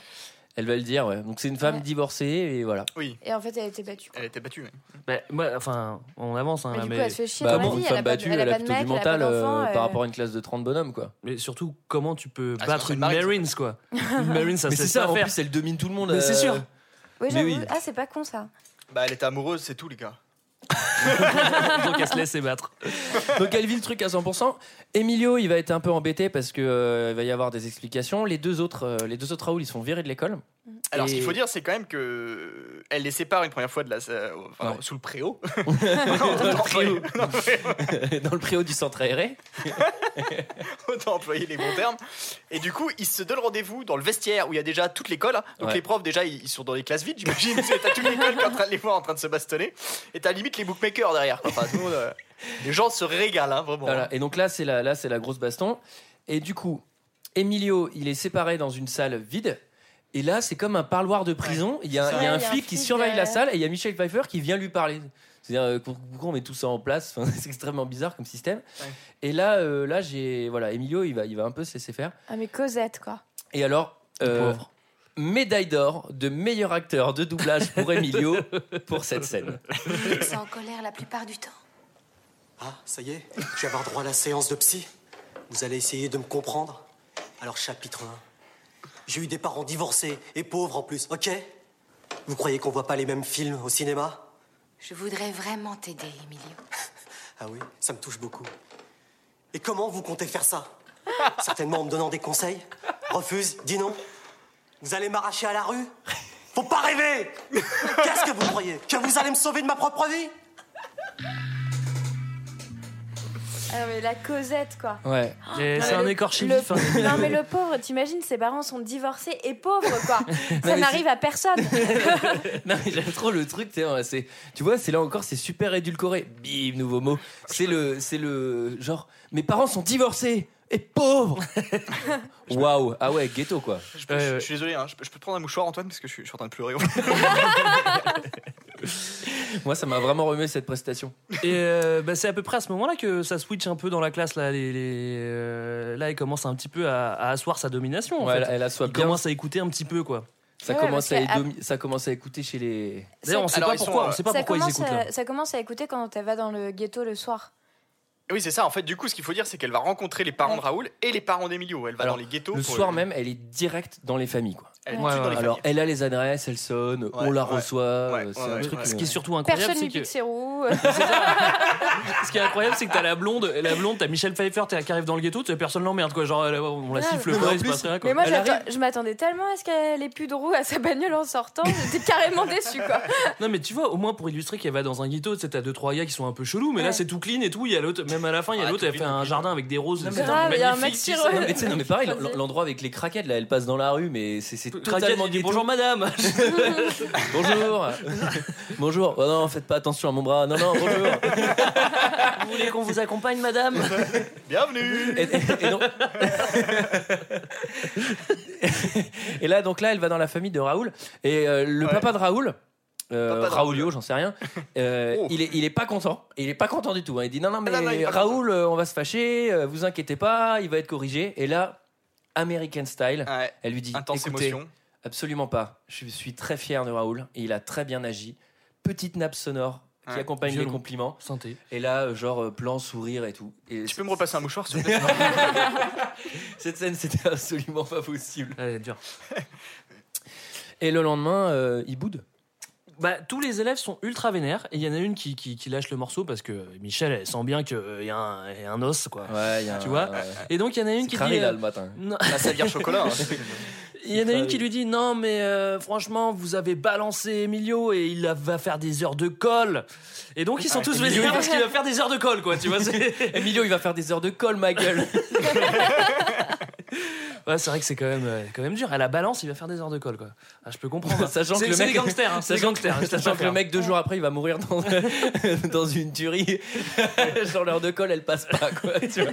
Speaker 1: Elle va le dire, ouais. Donc c'est une femme
Speaker 7: Ouais.
Speaker 1: divorcée et voilà.
Speaker 7: Et en fait, elle a été battue. quoi.
Speaker 6: Elle était battue. oui.
Speaker 8: Bah, moi, enfin, on avance, hein,
Speaker 7: Mais
Speaker 8: là,
Speaker 7: du coup,
Speaker 8: mais,
Speaker 7: elle se fait chier
Speaker 1: Bah
Speaker 7: dans
Speaker 1: bon,
Speaker 7: la
Speaker 1: une
Speaker 7: vie.
Speaker 1: femme
Speaker 7: elle a pas de-
Speaker 1: battue,
Speaker 7: elle a pas de
Speaker 1: plutôt
Speaker 7: mec,
Speaker 1: du
Speaker 7: elle a pas
Speaker 1: mental euh,
Speaker 7: d'enfant, euh,
Speaker 1: par rapport à une classe de 30 bonhommes quoi.
Speaker 8: mais surtout, comment tu peux
Speaker 6: Ah,
Speaker 8: battre
Speaker 6: c'est
Speaker 8: une
Speaker 6: Marine, ça.
Speaker 8: Marines, quoi Une Marine, ça
Speaker 1: Mais
Speaker 8: sait
Speaker 1: c'est ça,
Speaker 8: pas
Speaker 1: en
Speaker 8: faire.
Speaker 1: plus elle domine tout le monde.
Speaker 8: Mais c'est
Speaker 1: euh,
Speaker 8: sûr.
Speaker 7: Oui,
Speaker 1: Mais
Speaker 7: j'avoue.
Speaker 1: oui.
Speaker 7: Ah, c'est pas con ça.
Speaker 6: Bah, elle était amoureuse, c'est tout, les gars.
Speaker 8: Donc elle se laisse battre.
Speaker 1: Donc elle vit le truc à 100%. Emilio, il va être un peu embêté parce que euh, il va y avoir des explications. Les deux autres, euh, les deux autres Raoul, ils sont virés de l'école.
Speaker 6: Alors, ce qu'il
Speaker 1: Et-
Speaker 6: faut dire, c'est quand même que euh, elle les sépare une première fois de la, euh, enfin,
Speaker 1: Ouais.
Speaker 6: sous le préau.
Speaker 1: Dans le préau. Dans le préau du centre aéré.
Speaker 6: Autant employer les bons termes. Et du coup, ils se donnent rendez-vous dans le vestiaire où il y a déjà toute l'école. Donc
Speaker 1: Ouais.
Speaker 6: les profs, déjà, ils ils sont dans les classes vides, j'imagine. C'est- t'as toute l'école qui est en train de les voir en train de se bastonner. Et t'as limite les bookmakers derrière. quoi. Enfin, tout le monde, euh, les gens se régalent, hein, vraiment.
Speaker 1: Voilà. Et donc là, c'est la, là, c'est la grosse baston. Et du coup, Emilio, il est séparé dans une salle vide. Et là, c'est comme un parloir de prison. Il y, a,
Speaker 7: C'est
Speaker 1: il y a un
Speaker 7: ça. Il y a un
Speaker 1: flic qui
Speaker 7: flic
Speaker 1: surveille la
Speaker 7: derrière.
Speaker 1: salle et il y a Michel Pfeiffer qui vient lui parler. C'est-à-dire, euh, pour- pourquoi on met tout ça en place Enfin, C'est extrêmement bizarre comme système.
Speaker 6: Ouais.
Speaker 1: Et là, euh, là, j'ai voilà, Emilio, il va, il va un peu se laisser faire.
Speaker 7: Ah, mais Cosette, quoi.
Speaker 1: Et alors, euh,
Speaker 8: pauvre.
Speaker 1: médaille d'or de meilleur acteur de doublage pour Emilio pour cette scène.
Speaker 5: C'est en colère la plupart du temps.
Speaker 13: Ah, ça y est, je vais avoir droit à la séance de psy. Vous allez essayer de me comprendre. Alors, chapitre 1. J'ai eu des parents divorcés et pauvres en plus, ok Vous croyez qu'on voit pas les mêmes films au cinéma
Speaker 5: Je voudrais vraiment t'aider, Emilio.
Speaker 13: Ah oui, ça me touche beaucoup. Et comment vous comptez faire ça Certainement en me donnant des conseils Refuse, dis non Vous allez m'arracher à la rue Faut pas rêver Qu'est-ce que vous croyez Que vous allez me sauver de ma propre vie
Speaker 7: Ah, non, mais la Cosette, quoi.
Speaker 1: Ouais.
Speaker 8: Et
Speaker 7: Non,
Speaker 8: c'est
Speaker 7: mais
Speaker 8: un
Speaker 7: Ah, le-
Speaker 8: écorché
Speaker 7: le-
Speaker 8: vif. hein.
Speaker 7: Non, mais le pauvre, t'imagines, ses parents sont divorcés et pauvres, quoi.
Speaker 1: mais
Speaker 7: Ça n'arrive à personne.
Speaker 1: Non, mais j'aime trop le truc, tu sais, hein, c'est- tu vois, c'est là encore, c'est super édulcoré. Bim, nouveau mot. C'est le, c'est le genre, mes parents sont divorcés et pauvres. Waouh, ah ouais, ghetto quoi.
Speaker 6: Je, peux-
Speaker 8: Ouais,
Speaker 6: je-
Speaker 8: ouais.
Speaker 6: je suis désolé, hein. je, peux- je peux te prendre un mouchoir, Antoine, parce que je suis, je suis en train de pleurer.
Speaker 1: Moi, ça m'a vraiment remué cette prestation.
Speaker 8: Et euh, bah, c'est à peu près à ce moment-là que ça switch un peu dans la classe. Là, les, les, euh, là elle commence un petit peu à, à asseoir sa domination. En
Speaker 1: Ouais, elle,
Speaker 8: fait.
Speaker 1: elle assoit
Speaker 8: Il
Speaker 1: bien.
Speaker 8: commence à écouter un petit peu, quoi.
Speaker 1: Ça
Speaker 7: Ouais,
Speaker 1: commence à,
Speaker 7: parce que-
Speaker 1: édomi- ça commence à écouter chez les.
Speaker 8: D'ailleurs, on
Speaker 7: Ça-
Speaker 8: sait
Speaker 6: Alors,
Speaker 8: pas
Speaker 6: ils sont,
Speaker 8: pourquoi.
Speaker 6: euh,
Speaker 8: On sait pas
Speaker 7: ça,
Speaker 8: pourquoi ils
Speaker 7: commence
Speaker 8: écoutent.
Speaker 7: à,
Speaker 8: Là.
Speaker 7: ça commence à écouter quand elle va dans le ghetto le soir.
Speaker 6: oui, c'est ça. En fait, du coup, ce qu'il faut dire, c'est qu'elle va rencontrer les parents de Raoul et les parents d'Emilio. Elle va
Speaker 1: Alors,
Speaker 6: dans les ghettos.
Speaker 1: Le
Speaker 6: pour-
Speaker 1: soir même, elle est directe dans les familles quoi.
Speaker 6: Elle
Speaker 1: Ouais,
Speaker 6: est tout de suite dans
Speaker 1: ouais.
Speaker 6: les
Speaker 1: Alors,
Speaker 6: familles.
Speaker 1: elle a les adresses, elle sonne, on la
Speaker 8: ouais.
Speaker 1: reçoit. euh,
Speaker 8: Ouais,
Speaker 1: c'est
Speaker 8: ouais,
Speaker 1: un
Speaker 8: ouais,
Speaker 1: truc.
Speaker 8: ouais.
Speaker 1: Ce qui est surtout
Speaker 8: incroyable,
Speaker 7: Personne
Speaker 8: c'est
Speaker 7: lui
Speaker 8: que-
Speaker 7: pique ses roues.
Speaker 8: Ce qui est incroyable, c'est que t'as la blonde, la blonde, t'as Michel Pfeiffer t'es- qui arrive dans le ghetto, tu sais, personne l'emmerde quoi, genre elle- on la
Speaker 7: Ouais,
Speaker 8: siffle
Speaker 7: mais
Speaker 8: pas,
Speaker 7: en
Speaker 8: il se
Speaker 7: plus-
Speaker 8: passe rien quoi.
Speaker 7: Mais moi,
Speaker 8: Elle
Speaker 7: j'attends-
Speaker 8: arrive-
Speaker 7: je m'attendais tellement à ce qu'elle ait plus de roues à sa bagnole en sortant. J'étais carrément déçue, quoi.
Speaker 8: Non mais tu vois, au moins pour illustrer qu'elle va dans un ghetto, tu sais, t'as deux trois gars qui sont un peu chelous, mais là
Speaker 7: Ouais.
Speaker 8: c'est tout clean et tout. Il y a l'autre, même à la
Speaker 1: Ah,
Speaker 8: fin, il y a l'autre, elle fait un jardin avec des roses.
Speaker 1: mais
Speaker 8: c'est
Speaker 1: grave,
Speaker 7: il y a un
Speaker 8: magnifique,
Speaker 7: maxi
Speaker 8: tu sais.
Speaker 1: Non, mais, tu sais, non, mais pareil, l'en- l'endroit avec les craquettes, là, elle passe dans la rue, mais c'est c'est
Speaker 8: Craquette,
Speaker 1: totalement
Speaker 8: elle dit,
Speaker 1: ghetto.
Speaker 8: bonjour madame.
Speaker 1: Bonjour. bonjour. Oh non, faites pas attention à mon bras. Non, non, bonjour.
Speaker 8: Vous voulez qu'on vous accompagne madame
Speaker 6: Bienvenue.
Speaker 1: Et, et- et donc- Et là, donc là, elle va dans la famille de Raoul. Et euh, le papa de Raoul. euh,
Speaker 8: Papa de
Speaker 1: Raoulio, j'en sais rien. euh, il, est, il est pas content. Il est pas content du tout. hein. Il dit non, non, mais Raoul, euh, on va se fâcher. euh, vous inquiétez pas, il va être corrigé. Et là, American style, elle lui dit
Speaker 6: Ah, Intense
Speaker 1: écoutez,
Speaker 6: émotion.
Speaker 1: Absolument pas. Je suis très fier de Raoul. et il a très bien agi. Petite nappe sonore qui
Speaker 6: Ouais.
Speaker 1: accompagne
Speaker 6: Violon.
Speaker 1: les compliments.
Speaker 8: Santé.
Speaker 1: Et là, euh, genre euh, plan sourire et tout. Et
Speaker 6: Tu peux me repasser un mouchoir, s'il te plaît
Speaker 1: cette scène, c'était absolument pas possible.
Speaker 8: Ah, Elle est dure.
Speaker 1: Et le lendemain, euh, il boude.
Speaker 8: Bah, tous les élèves sont ultra vénères et il y en a une qui, qui, qui lâche le morceau parce que Michel elle sent bien qu'il y, a un- il y a un os quoi.
Speaker 1: Ouais, il y a un-
Speaker 8: tu vois.
Speaker 1: ouais.
Speaker 8: Et donc il y en a une
Speaker 1: C'est
Speaker 8: qui
Speaker 1: cramé,
Speaker 8: dit
Speaker 1: là,
Speaker 8: euh,
Speaker 1: le matin.
Speaker 8: Non.
Speaker 6: La Savière chocolat, hein.
Speaker 8: Il y en a une qui lui dit non mais euh, franchement vous avez balancé Emilio et il va faire des heures de colle. Et donc ils sont
Speaker 1: Ouais,
Speaker 8: tous
Speaker 1: Ah, Emilio,
Speaker 8: vénères
Speaker 1: il va-
Speaker 8: parce qu'il va faire des heures de colle quoi. Tu vois. c'est-
Speaker 1: Emilio, il va faire des heures de colle, ma gueule.
Speaker 8: Ouais, c'est vrai que c'est quand même, euh, quand même dur. À la balance, il va faire des heures de colle, quoi. Ah, je peux comprendre. hein.
Speaker 1: Sachant
Speaker 8: C'est-
Speaker 1: que le
Speaker 8: c'est
Speaker 1: mec,
Speaker 8: des gangsters, hein, c'est des
Speaker 1: sachant,
Speaker 8: gangsters,
Speaker 1: que-
Speaker 8: je te
Speaker 1: sachant que le
Speaker 8: préfère.
Speaker 1: mec deux jours après, il va mourir dans, dans une tuerie. Genre l'heure de colle, elle passe pas quoi. tu vois.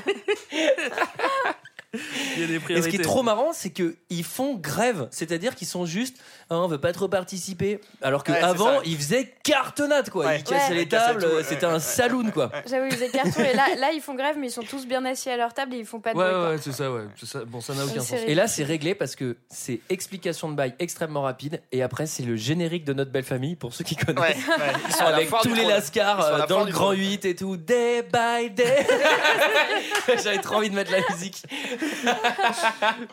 Speaker 8: Il y a des
Speaker 1: Et ce qui
Speaker 8: priorités.
Speaker 1: est trop marrant, c'est que ils font grève, c'est-à-dire qu'ils sont juste, Ah, on veut pas trop participer, alors
Speaker 6: Ouais, c'est
Speaker 1: qu'avant
Speaker 6: ça.
Speaker 1: ils faisaient cartonnade quoi, ils cassaient
Speaker 7: Ouais.
Speaker 1: les
Speaker 7: Ils cassaient
Speaker 1: tables,
Speaker 6: tout, ouais,
Speaker 1: c'était
Speaker 6: ouais,
Speaker 1: un
Speaker 6: ouais,
Speaker 1: saloon quoi.
Speaker 7: J'avoue, ils faisaient carton. Et là, là, ils font grève, mais ils sont tous bien assis à leur table et ils font pas de
Speaker 8: Ouais,
Speaker 7: bruit,
Speaker 8: ouais,
Speaker 7: quoi.
Speaker 8: ouais, c'est ça, ouais. C'est ça. Bon, ça n'a aucun
Speaker 7: Une
Speaker 8: sens.
Speaker 7: série.
Speaker 1: Et là c'est réglé parce que c'est explication de bail extrêmement rapide et après c'est le générique de notre belle famille pour ceux qui connaissent.
Speaker 6: Ouais, ouais, ils sont à la
Speaker 1: Avec
Speaker 6: foire du
Speaker 1: tous les
Speaker 6: trône. Ils
Speaker 1: lascars
Speaker 6: sont à
Speaker 1: euh,
Speaker 6: la
Speaker 1: dans
Speaker 6: foire
Speaker 1: le
Speaker 6: du
Speaker 1: grand
Speaker 6: trône.
Speaker 1: 8 et tout, day by day. J'avais trop envie de mettre la musique.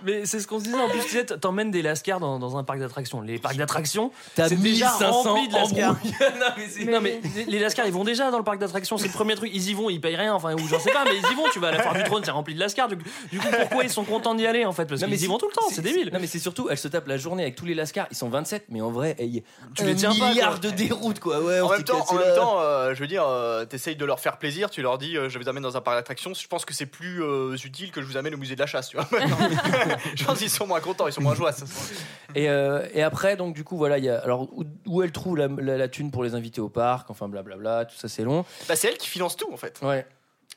Speaker 8: Mais c'est ce qu'on se disait en plus, tu sais, t'emmènes des lascars dans, dans un parc d'attractions. Les parcs d'attractions,
Speaker 1: T'as
Speaker 8: c'est déjà
Speaker 1: 1500
Speaker 8: rempli de lascars.
Speaker 1: embrouilles. non, mais c'est-
Speaker 8: Non mais les- les lascars ils vont déjà dans le parc d'attractions, c'est le premier truc, ils y vont, ils payent rien, enfin ou j'en sais pas, mais ils y vont, tu vas à la foire du trône, c'est rempli de lascars, du, du coup pourquoi ils sont contents d'y aller en fait Parce
Speaker 1: Non,
Speaker 8: qu'ils
Speaker 1: mais
Speaker 8: y
Speaker 1: si-
Speaker 8: vont tout le temps,
Speaker 1: si-
Speaker 8: c'est débile.
Speaker 1: Non mais c'est surtout, elle se tape la journée avec tous les lascars. Ils sont 27, mais en vrai, hey,
Speaker 8: Tu
Speaker 1: un
Speaker 8: les tiens pas,
Speaker 1: milliard
Speaker 8: quoi.
Speaker 1: de déroutes quoi. Ouais, on
Speaker 6: En même
Speaker 1: s'est
Speaker 6: temps,
Speaker 1: cassé
Speaker 6: en
Speaker 1: la-
Speaker 6: même temps euh, je veux dire, euh, t'essayes de leur faire plaisir, tu leur dis euh, je vous amène dans un parc d'attractions, je pense que c'est plus euh, utile que je vous amène au musée de la chasse, tu vois. je pense qu'ils sont moins contents, ils sont moins joyeux.
Speaker 1: Et, euh, et après, donc du coup, voilà, il y a alors où, où elle trouve la, la- la thune pour les inviter au parc, enfin blablabla, tout ça c'est long.
Speaker 6: Bah, c'est elle qui finance tout en fait.
Speaker 1: Ouais.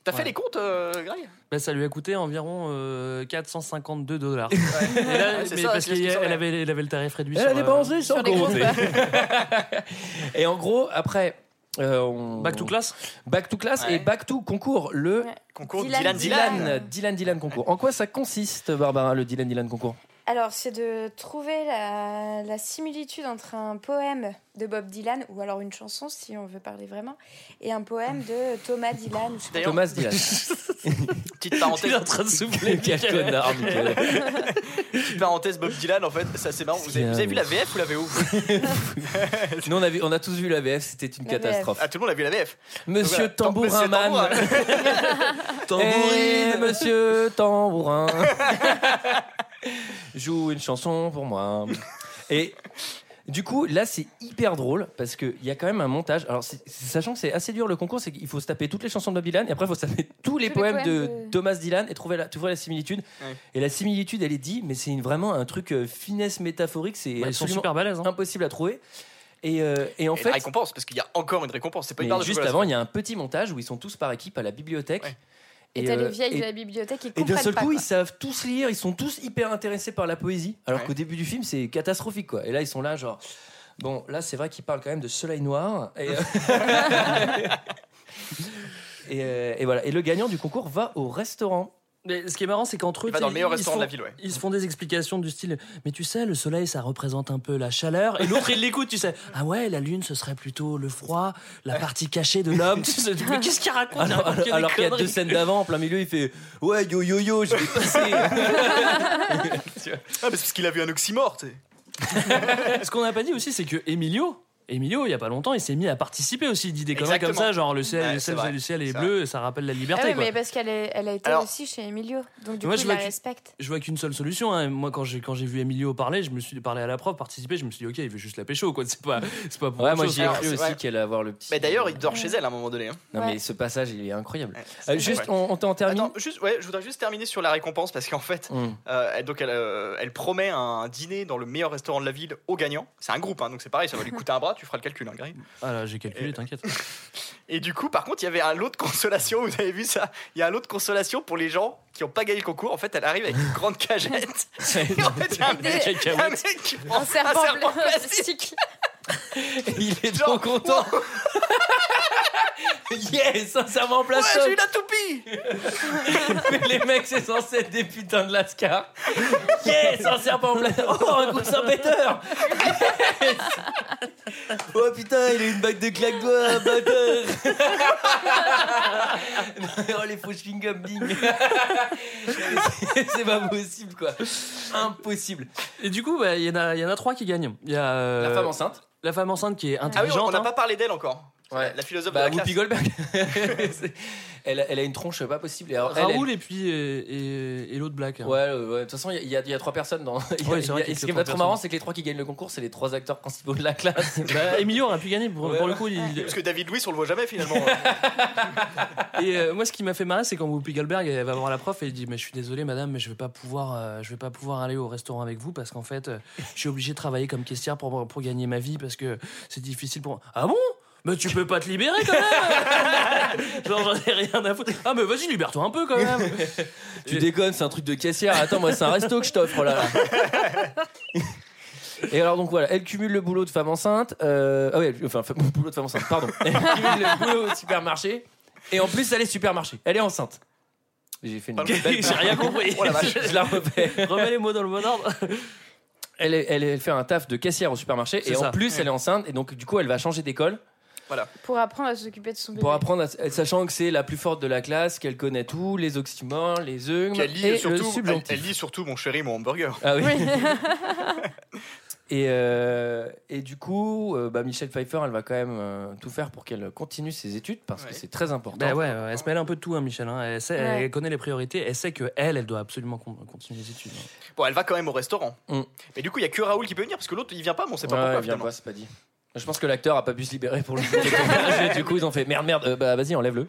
Speaker 6: T'as fait
Speaker 8: Ouais.
Speaker 6: les comptes, euh, Greg
Speaker 8: Bah, ça lui a coûté environ euh, 452 dollars. Et là,
Speaker 6: Ouais, c'est
Speaker 8: mais
Speaker 6: ça,
Speaker 8: parce
Speaker 6: c'est ce
Speaker 8: qu'elle
Speaker 6: qui sort,
Speaker 8: elle
Speaker 6: ouais.
Speaker 8: avait, elle avait le tarif réduit.
Speaker 1: Elle
Speaker 8: sur,
Speaker 1: a
Speaker 8: euh,
Speaker 1: dépensé sans
Speaker 7: sur les grosses
Speaker 1: compter. et en gros, après. euh, on-
Speaker 8: Back to class.
Speaker 1: Back to class
Speaker 6: Ouais.
Speaker 1: et back to concours. Le
Speaker 7: Ouais.
Speaker 6: Concours
Speaker 7: Dylan,
Speaker 6: Dylan
Speaker 1: Dylan,
Speaker 6: Dylan.
Speaker 1: Dylan, Dylan, concours. En quoi ça consiste, Barbara, le Dylan Dylan concours
Speaker 7: Alors, c'est de trouver la, la similitude entre un poème de Bob Dylan, ou alors une chanson, si on veut parler vraiment, et un poème de Thomas Dylan. ou je sais pas.
Speaker 6: D'ailleurs,
Speaker 1: Thomas Dylan.
Speaker 6: petite
Speaker 8: Il est
Speaker 6: parenthèse,
Speaker 8: en train de souffler.
Speaker 1: Quel connard, Michael.
Speaker 6: petite parenthèse, Bob Dylan en fait, ça c'est marrant. Vous avez, vous avez vu la VF ou la VO
Speaker 1: Nous, on a, vu- on a tous vu la VF, c'était une
Speaker 7: La VF.
Speaker 1: catastrophe.
Speaker 6: Ah, tout le monde a vu la VF. Donc,
Speaker 1: Monsieur
Speaker 6: voilà. Tant- Monsieur
Speaker 1: Tambourinman.
Speaker 6: Tambourin.
Speaker 1: Eh, Monsieur Tambourin. Joue une chanson pour moi. Et du coup, là, c'est hyper drôle parce qu'il y a quand même un montage. Alors, c'est- c'est- sachant que c'est assez dur le concours, c'est qu'il faut se taper toutes les chansons de Bob Dylan et après, il faut se taper tous les
Speaker 7: les
Speaker 1: poèmes
Speaker 7: poèmes
Speaker 1: de,
Speaker 7: de-
Speaker 1: Thomas Dylan et trouver la, trouver la similitude.
Speaker 6: Ouais.
Speaker 1: Et la similitude, elle est dit, mais c'est une- vraiment un truc euh, finesse métaphorique. C'est
Speaker 8: Bah, ils sont
Speaker 1: absolument
Speaker 8: super balèzes. hein.
Speaker 1: impossible à trouver. Et, euh, et en
Speaker 6: Et
Speaker 1: fait,
Speaker 6: la récompense, parce qu'il y a encore une récompense, c'est pas une
Speaker 1: mais
Speaker 6: barre de
Speaker 1: juste
Speaker 6: chocolat,
Speaker 1: avant, il y a un petit montage où ils sont tous par équipe à la bibliothèque.
Speaker 6: Ouais.
Speaker 7: Et t'as
Speaker 1: euh,
Speaker 7: les vieilles
Speaker 1: et-
Speaker 7: de la bibliothèque qui
Speaker 1: et d'un
Speaker 7: comprennent
Speaker 1: seul
Speaker 7: pas.
Speaker 1: coup,
Speaker 7: quoi.
Speaker 1: ils savent tous lire, ils sont tous hyper intéressés par la poésie, alors
Speaker 6: Ouais.
Speaker 1: qu'au début du film, c'est catastrophique, quoi. Et là, ils sont là, genre. Bon, là, c'est vrai qu'ils parlent quand même de soleil noir. Et, euh, et, euh, et voilà. Et le gagnant du concours va au restaurant.
Speaker 8: Mais ce qui est marrant, c'est qu'entre eux,
Speaker 6: Il va dans
Speaker 8: t'sais,
Speaker 6: le meilleur
Speaker 8: ils
Speaker 6: restaurant
Speaker 8: se
Speaker 6: de la
Speaker 8: font-
Speaker 6: ville, ouais.
Speaker 8: Ils se font des explications du style Mais tu sais, le soleil, ça représente un peu la chaleur. Et l'autre, il l'écoute, tu sais. Ah ouais, la lune, ce serait plutôt le froid, la partie cachée de l'homme. Tu sais, mais qu'est-ce qu'il raconte Il
Speaker 1: Alors,
Speaker 8: raconte que des
Speaker 1: alors- alors qu'il y a
Speaker 8: conneries.
Speaker 1: deux scènes d'avant, en plein milieu, il fait Ouais, yo yo yo, je vais pisser.
Speaker 6: Ah, mais c'est parce qu'il a vu un oxymore, tu sais.
Speaker 8: Ce qu'on n'a pas dit aussi, c'est que Emilio, Emilio, il y a pas longtemps, il s'est mis à participer aussi. Il dit des conneries comme
Speaker 6: Exactement.
Speaker 8: ça, genre le ciel,
Speaker 6: Ouais,
Speaker 8: le
Speaker 6: c'est
Speaker 8: ciel,
Speaker 6: vrai.
Speaker 8: le ciel est
Speaker 6: C'est
Speaker 8: bleu, et ça rappelle la
Speaker 7: Ah
Speaker 8: liberté.
Speaker 7: oui,
Speaker 8: quoi.
Speaker 7: mais parce qu'elle est- elle a été
Speaker 8: Alors-
Speaker 7: aussi chez Emilio. Donc du
Speaker 8: Moi,
Speaker 7: coup,
Speaker 8: je
Speaker 7: il la
Speaker 8: vois que-
Speaker 7: respecte.
Speaker 8: Je vois qu'une seule solution. hein. Moi, quand j'ai quand j'ai vu Emilio parler, je me suis parlé à la prof, participer, je me suis dit, ok, il veut juste la pécho, quoi. C'est pas, c'est pas pour
Speaker 1: Ouais,
Speaker 8: autre
Speaker 1: moi
Speaker 8: chose.
Speaker 1: j'y ai cru aussi qu'elle allait avoir le petit.
Speaker 6: Mais Bah, d'ailleurs, il dort chez elle à un moment donné. hein.
Speaker 1: Non,
Speaker 6: Ouais.
Speaker 1: mais ce passage, il est incroyable.
Speaker 6: c'est
Speaker 1: Euh,
Speaker 6: vrai.
Speaker 1: juste, on, on t'en termine.
Speaker 6: Attends, juste, ouais, je voudrais juste terminer sur la récompense parce qu'en fait,
Speaker 1: Mm.
Speaker 6: euh, elle, donc elle, euh, elle promet un dîner dans le meilleur restaurant de la ville aux gagnants. C'est un groupe, hein, donc c'est pareil, ça va lui coûter un bras. Tu feras le calcul, hein, Gary.
Speaker 8: Ah là, j'ai calculé, t'inquiète.
Speaker 6: Et du coup, par contre, il y avait un lot de consolation. Vous avez vu ça Il y a un lot de consolation pour les gens qui n'ont pas gagné le concours. En fait, elle arrive avec une grande cagette. Et en fait, il y a un mec,
Speaker 8: Des-
Speaker 6: un mec qui prend
Speaker 7: Un serpent, bleu- plastique.
Speaker 1: Il est trop content. yes, un serment en
Speaker 6: Ouais,
Speaker 1: plastique.
Speaker 6: Ah, j'ai eu la toupie
Speaker 1: Mais les mecs, c'est censé être des putains de lascar. Yes, un serpent en plastique. Oh, un coussin péteur. Yes. Oh putain, il a une bague de claque doigts, un bâtard. oh, les faux chewing-gum, bing. c'est pas possible, quoi. Impossible.
Speaker 8: Et du coup, bah, il y, en a- il y en a trois qui gagnent. Il y a euh,
Speaker 1: La femme enceinte.
Speaker 8: La femme enceinte qui est
Speaker 6: Ah oui,
Speaker 8: intelligente.
Speaker 6: on n'a
Speaker 8: hein.
Speaker 6: pas parlé d'elle encore.
Speaker 1: Ouais.
Speaker 6: La philosophe
Speaker 1: Bah,
Speaker 6: de la
Speaker 1: Whoopi
Speaker 6: classe.
Speaker 1: Goldberg. C'est- elle, a- elle a une tronche pas possible. Et alors, elle,
Speaker 8: Raoul
Speaker 1: elle-
Speaker 8: et puis euh, et, et l'autre black. hein.
Speaker 1: Ouais, ouais, ouais. de toute façon, il y, a- il y a trois personnes dans. il y a-
Speaker 8: Ouais, c'est vrai
Speaker 1: il y a-
Speaker 8: qu'il y a
Speaker 1: ce qui est pas
Speaker 8: trois
Speaker 1: trop marrant,
Speaker 8: personnes.
Speaker 1: c'est que les trois qui gagnent le concours, c'est les trois acteurs principaux de la classe.
Speaker 8: Bah, Emilio aurait pu gagner pour,
Speaker 1: Ouais.
Speaker 8: pour le coup. il-
Speaker 6: Parce que David Louis, on le voit jamais finalement.
Speaker 8: Et euh, moi, ce qui m'a fait marrer, c'est quand Whoopi Goldberg elle va voir la prof et elle dit "Mais je suis désolé, madame, mais je vais pas pouvoir, euh, je vais pas pouvoir aller au restaurant avec vous parce qu'en fait, euh, je suis obligé de travailler comme caissière pour pour gagner ma vie parce que c'est difficile pour moi." Ah bon mais tu peux pas te libérer quand même Genre j'en ai rien à foutre. Ah mais vas-y libère-toi un peu quand même
Speaker 1: tu déconnes, c'est un truc de caissière. Attends, moi, c'est un resto que je t'offre là. Et alors donc voilà, elle cumule le boulot de femme enceinte. euh, Ah ouais, enfin femme- boulot de femme enceinte, pardon. Elle cumule le boulot au supermarché. Et en plus, elle est supermarché. Elle est enceinte. J'ai fait une
Speaker 8: J'ai
Speaker 1: belle-
Speaker 8: rien compris.
Speaker 1: Oh la vache, je la refais.
Speaker 8: Remets les mots dans le bon ordre.
Speaker 1: Elle, est- elle, est- elle fait un taf de caissière au supermarché
Speaker 8: C'est
Speaker 1: et
Speaker 8: ça.
Speaker 1: en plus elle est enceinte et donc du coup elle va changer d'école
Speaker 7: Pour apprendre à s'occuper de son bébé.
Speaker 1: pour apprendre à- sachant que c'est la plus forte de la classe qu'elle connaît tout les oxymores les œufs
Speaker 6: Puis elle lit
Speaker 1: Mm. et le
Speaker 6: surtout, elle,
Speaker 1: subjonctif
Speaker 6: elle lit surtout mon chéri, mon hamburger.
Speaker 1: ah oui, et, euh, et du coup euh, bah, Michelle Pfeiffer elle va quand même euh, tout faire pour qu'elle continue ses études parce que c'est très important
Speaker 8: Ben ouais, ouais, elle se mêle un peu de tout, hein, Michel. hein. Elle, sait-
Speaker 7: Ouais.
Speaker 8: elle connaît les priorités, elle sait que elle, elle doit absolument con- continuer les études. hein.
Speaker 6: Bon, elle va quand même au restaurant.
Speaker 1: Mm.
Speaker 6: Mais du coup, il y a que Raoul qui peut venir parce que l'autre il vient pas, mais on sait pas
Speaker 1: Ouais,
Speaker 6: pourquoi
Speaker 1: elle vient
Speaker 6: finalement.
Speaker 1: pas, c'est pas dit je pense que l'acteur a pas pu se libérer pour le Et du coup ils ont fait merde merde euh, bah vas-y enlève-le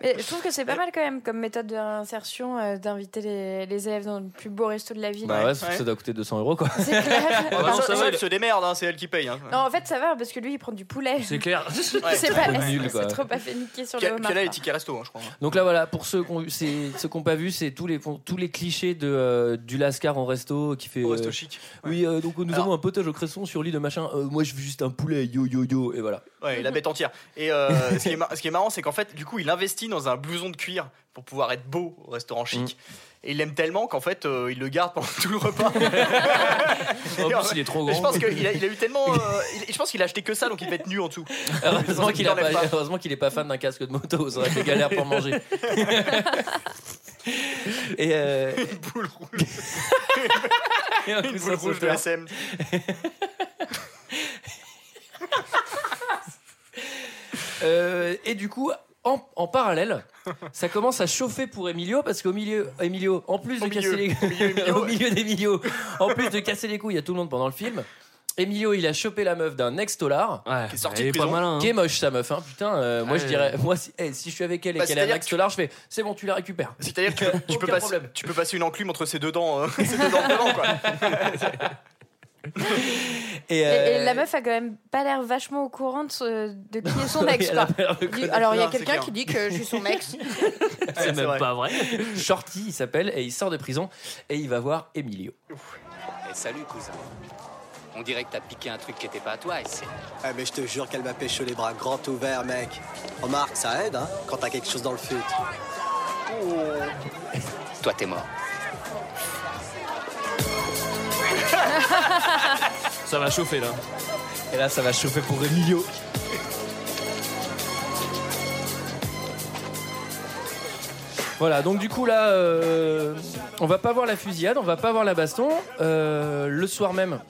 Speaker 7: Mais je trouve que c'est pas mal quand même comme méthode de réinsertion euh, d'inviter les, les élèves dans le plus beau resto de la ville.
Speaker 1: bah ouais,
Speaker 6: Ouais.
Speaker 1: ça doit coûter 200 euros quoi
Speaker 7: C'est clair.
Speaker 6: Bon, bah,
Speaker 8: non,
Speaker 6: ça,
Speaker 8: ça
Speaker 6: ça,
Speaker 8: va,
Speaker 6: elle se démerde, hein, c'est elle qui paye. hein.
Speaker 7: Non, en fait, ça va parce que lui, il prend du poulet.
Speaker 8: C'est clair.
Speaker 6: Ouais.
Speaker 7: C'est pas
Speaker 1: Trop nul, quoi.
Speaker 7: c'est trop pas fait niquer sur
Speaker 6: Puis
Speaker 7: le
Speaker 6: elle- puis
Speaker 7: homard.
Speaker 6: elle a les
Speaker 7: quoi.
Speaker 6: tickets resto, hein, je crois.
Speaker 1: Donc là voilà, pour ceux qui ont c'est- ceux qui n'ont pas vu, c'est tous les tous les clichés de euh, du lascar en resto qui fait.
Speaker 6: Au
Speaker 1: euh,
Speaker 6: resto chic.
Speaker 1: oui, euh, donc nous
Speaker 6: Alors-
Speaker 1: avons un potage au cresson sur l'île de machin. Euh, moi, je veux juste un poulet, yo yo yo, et voilà.
Speaker 6: Ouais, la bête entière. Et euh, ce, qui est mar- ce qui est marrant, c'est qu'en fait, du coup, il investit dans un blouson de cuir pour pouvoir être beau au restaurant chic.
Speaker 1: Mm.
Speaker 6: Et il l'aime tellement qu'en fait, euh, il le garde pendant tout le repas.
Speaker 8: En plus, il est trop
Speaker 6: Mais je
Speaker 8: grand.
Speaker 6: pense qu'il a, il a eu tellement. euh, il- je pense qu'il a acheté que ça, donc il va être nu en dessous.
Speaker 1: Heureusement qu'il
Speaker 6: Il
Speaker 1: a
Speaker 6: enlève
Speaker 1: pas,
Speaker 6: pas.
Speaker 1: heureusement qu'il est pas fan d'un casque de moto, ça aurait fait galère pour manger. et euh,
Speaker 6: Une boule rouge,
Speaker 1: et un
Speaker 6: une
Speaker 1: coussin
Speaker 6: boule rouge
Speaker 1: sauteur.
Speaker 6: de SM.
Speaker 1: Euh, et du coup. En, en parallèle, ça commence à chauffer pour Emilio parce qu'au milieu, Emilio, en plus
Speaker 6: Au
Speaker 1: de casser
Speaker 6: milieu,
Speaker 1: les,
Speaker 6: au milieu, Emilio,
Speaker 1: au milieu d'Emilio, en plus de casser les couilles à tout le monde pendant le film, Emilio il a chopé la meuf d'un ex-dollar.
Speaker 8: Ouais,
Speaker 6: Qui est sorti
Speaker 8: elle
Speaker 6: de
Speaker 8: est pas
Speaker 6: prison.
Speaker 8: malin. Ah, hein.
Speaker 1: Qui est moche sa meuf, hein, putain. euh, moi
Speaker 8: Ah,
Speaker 1: je
Speaker 8: ouais.
Speaker 1: dirais, moi si, eh, si je suis avec elle et
Speaker 6: Bah,
Speaker 1: qu'elle a un
Speaker 6: c'est-à-dire
Speaker 1: axe large, je fais c'est bon, tu la récupères.
Speaker 6: C'est-à-dire que tu peux- tu peux,
Speaker 1: Aucun
Speaker 6: passer-
Speaker 1: problème.
Speaker 6: tu peux passer une enclume entre ses deux dents, euh, ses deux dents de devant, quoi.
Speaker 1: euh,
Speaker 7: Et, et la meuf a quand même pas l'air vachement au courant de, ce- de qui est son
Speaker 1: oui,
Speaker 7: ex.
Speaker 1: elle a
Speaker 7: Quoi.
Speaker 1: pas l'air de
Speaker 7: Il dit-
Speaker 1: connaître.
Speaker 7: alors il y a
Speaker 6: Non, c'est
Speaker 7: quelqu'un
Speaker 6: clair.
Speaker 7: qui dit que je suis son ex.
Speaker 6: Ouais,
Speaker 8: C'est même
Speaker 6: vrai.
Speaker 8: pas vrai.
Speaker 1: Shorty, il s'appelle et il sort de prison et il va voir Emilio.
Speaker 2: Eh, salut, cousin. On dirait que t'as piqué un truc qui était pas à toi, et c'est.
Speaker 13: Eh, mais je te jure qu'elle m'a pêché les bras grands ouverts, mec. Remarque, ça aide, hein, quand t'as quelque chose dans le fut.
Speaker 2: Toi, t'es mort.
Speaker 8: Ça va chauffer là.
Speaker 1: Et là ça va chauffer pour Emilio. Voilà, donc du coup là, euh, on va pas voir la fusillade, on va pas voir la baston. Euh, le soir même,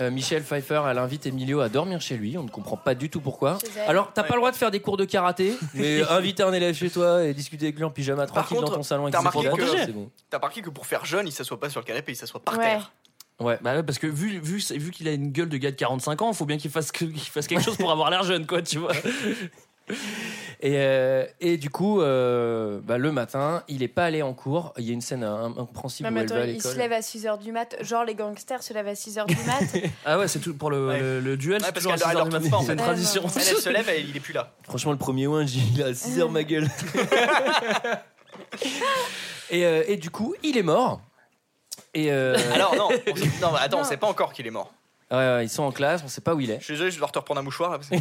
Speaker 1: euh, Michel Pfeiffer, elle invite Emilio à dormir chez lui. On ne comprend pas du tout pourquoi.
Speaker 8: Chez elle.
Speaker 1: Alors, t'as pas le droit de faire des cours de karaté, mais inviter un élève chez toi et discuter avec lui en pyjama
Speaker 6: Par
Speaker 1: tranquille
Speaker 6: contre,
Speaker 1: dans ton salon avec
Speaker 6: t'as
Speaker 1: ses
Speaker 6: remarqué,
Speaker 1: enfants,
Speaker 6: que,
Speaker 1: c'est bon.
Speaker 6: t'as remarqué que pour faire jeune, il s'assoit pas sur le canapé, il s'assoit par
Speaker 7: Ouais.
Speaker 6: terre.
Speaker 1: Ouais.
Speaker 8: Bah ouais, parce que vu, vu, vu qu'il a une gueule de gars de 45 ans, faut bien qu'il fasse, que- qu'il fasse quelque chose pour avoir l'air jeune, quoi, tu vois.
Speaker 1: Et, euh, et du coup, euh, bah, le matin, il est pas allé en cours. Il y a une scène im- incompréhensible
Speaker 7: Même
Speaker 1: où elle
Speaker 7: attends,
Speaker 1: va à
Speaker 7: il se
Speaker 1: l'école.
Speaker 7: lève à 6h du mat. Genre, les gangsters se lèvent à 6h du mat.
Speaker 8: Ah ouais, c'est tout pour le, le- le duel, c'est
Speaker 6: parce
Speaker 8: toujours à
Speaker 6: qu'elle
Speaker 8: 6
Speaker 6: leur- elle
Speaker 8: heures
Speaker 6: leur
Speaker 8: du matin,
Speaker 6: trouve pas, en
Speaker 8: c'est
Speaker 6: fait.
Speaker 8: une tradition.
Speaker 6: Elle elle se lève et il est plus là.
Speaker 1: Franchement, le premier one, j'ai il a 6 heures ma gueule. et, euh, et du coup, il est mort. Et euh,
Speaker 6: Alors non, on sait- non, mais attends, on
Speaker 1: Non.
Speaker 6: sait pas encore qu'il est mort.
Speaker 1: ouais, ouais, ils sont en classe, on sait pas où il est.
Speaker 6: Je suis désolé, je vais devoir te reprendre un mouchoir là. parce que-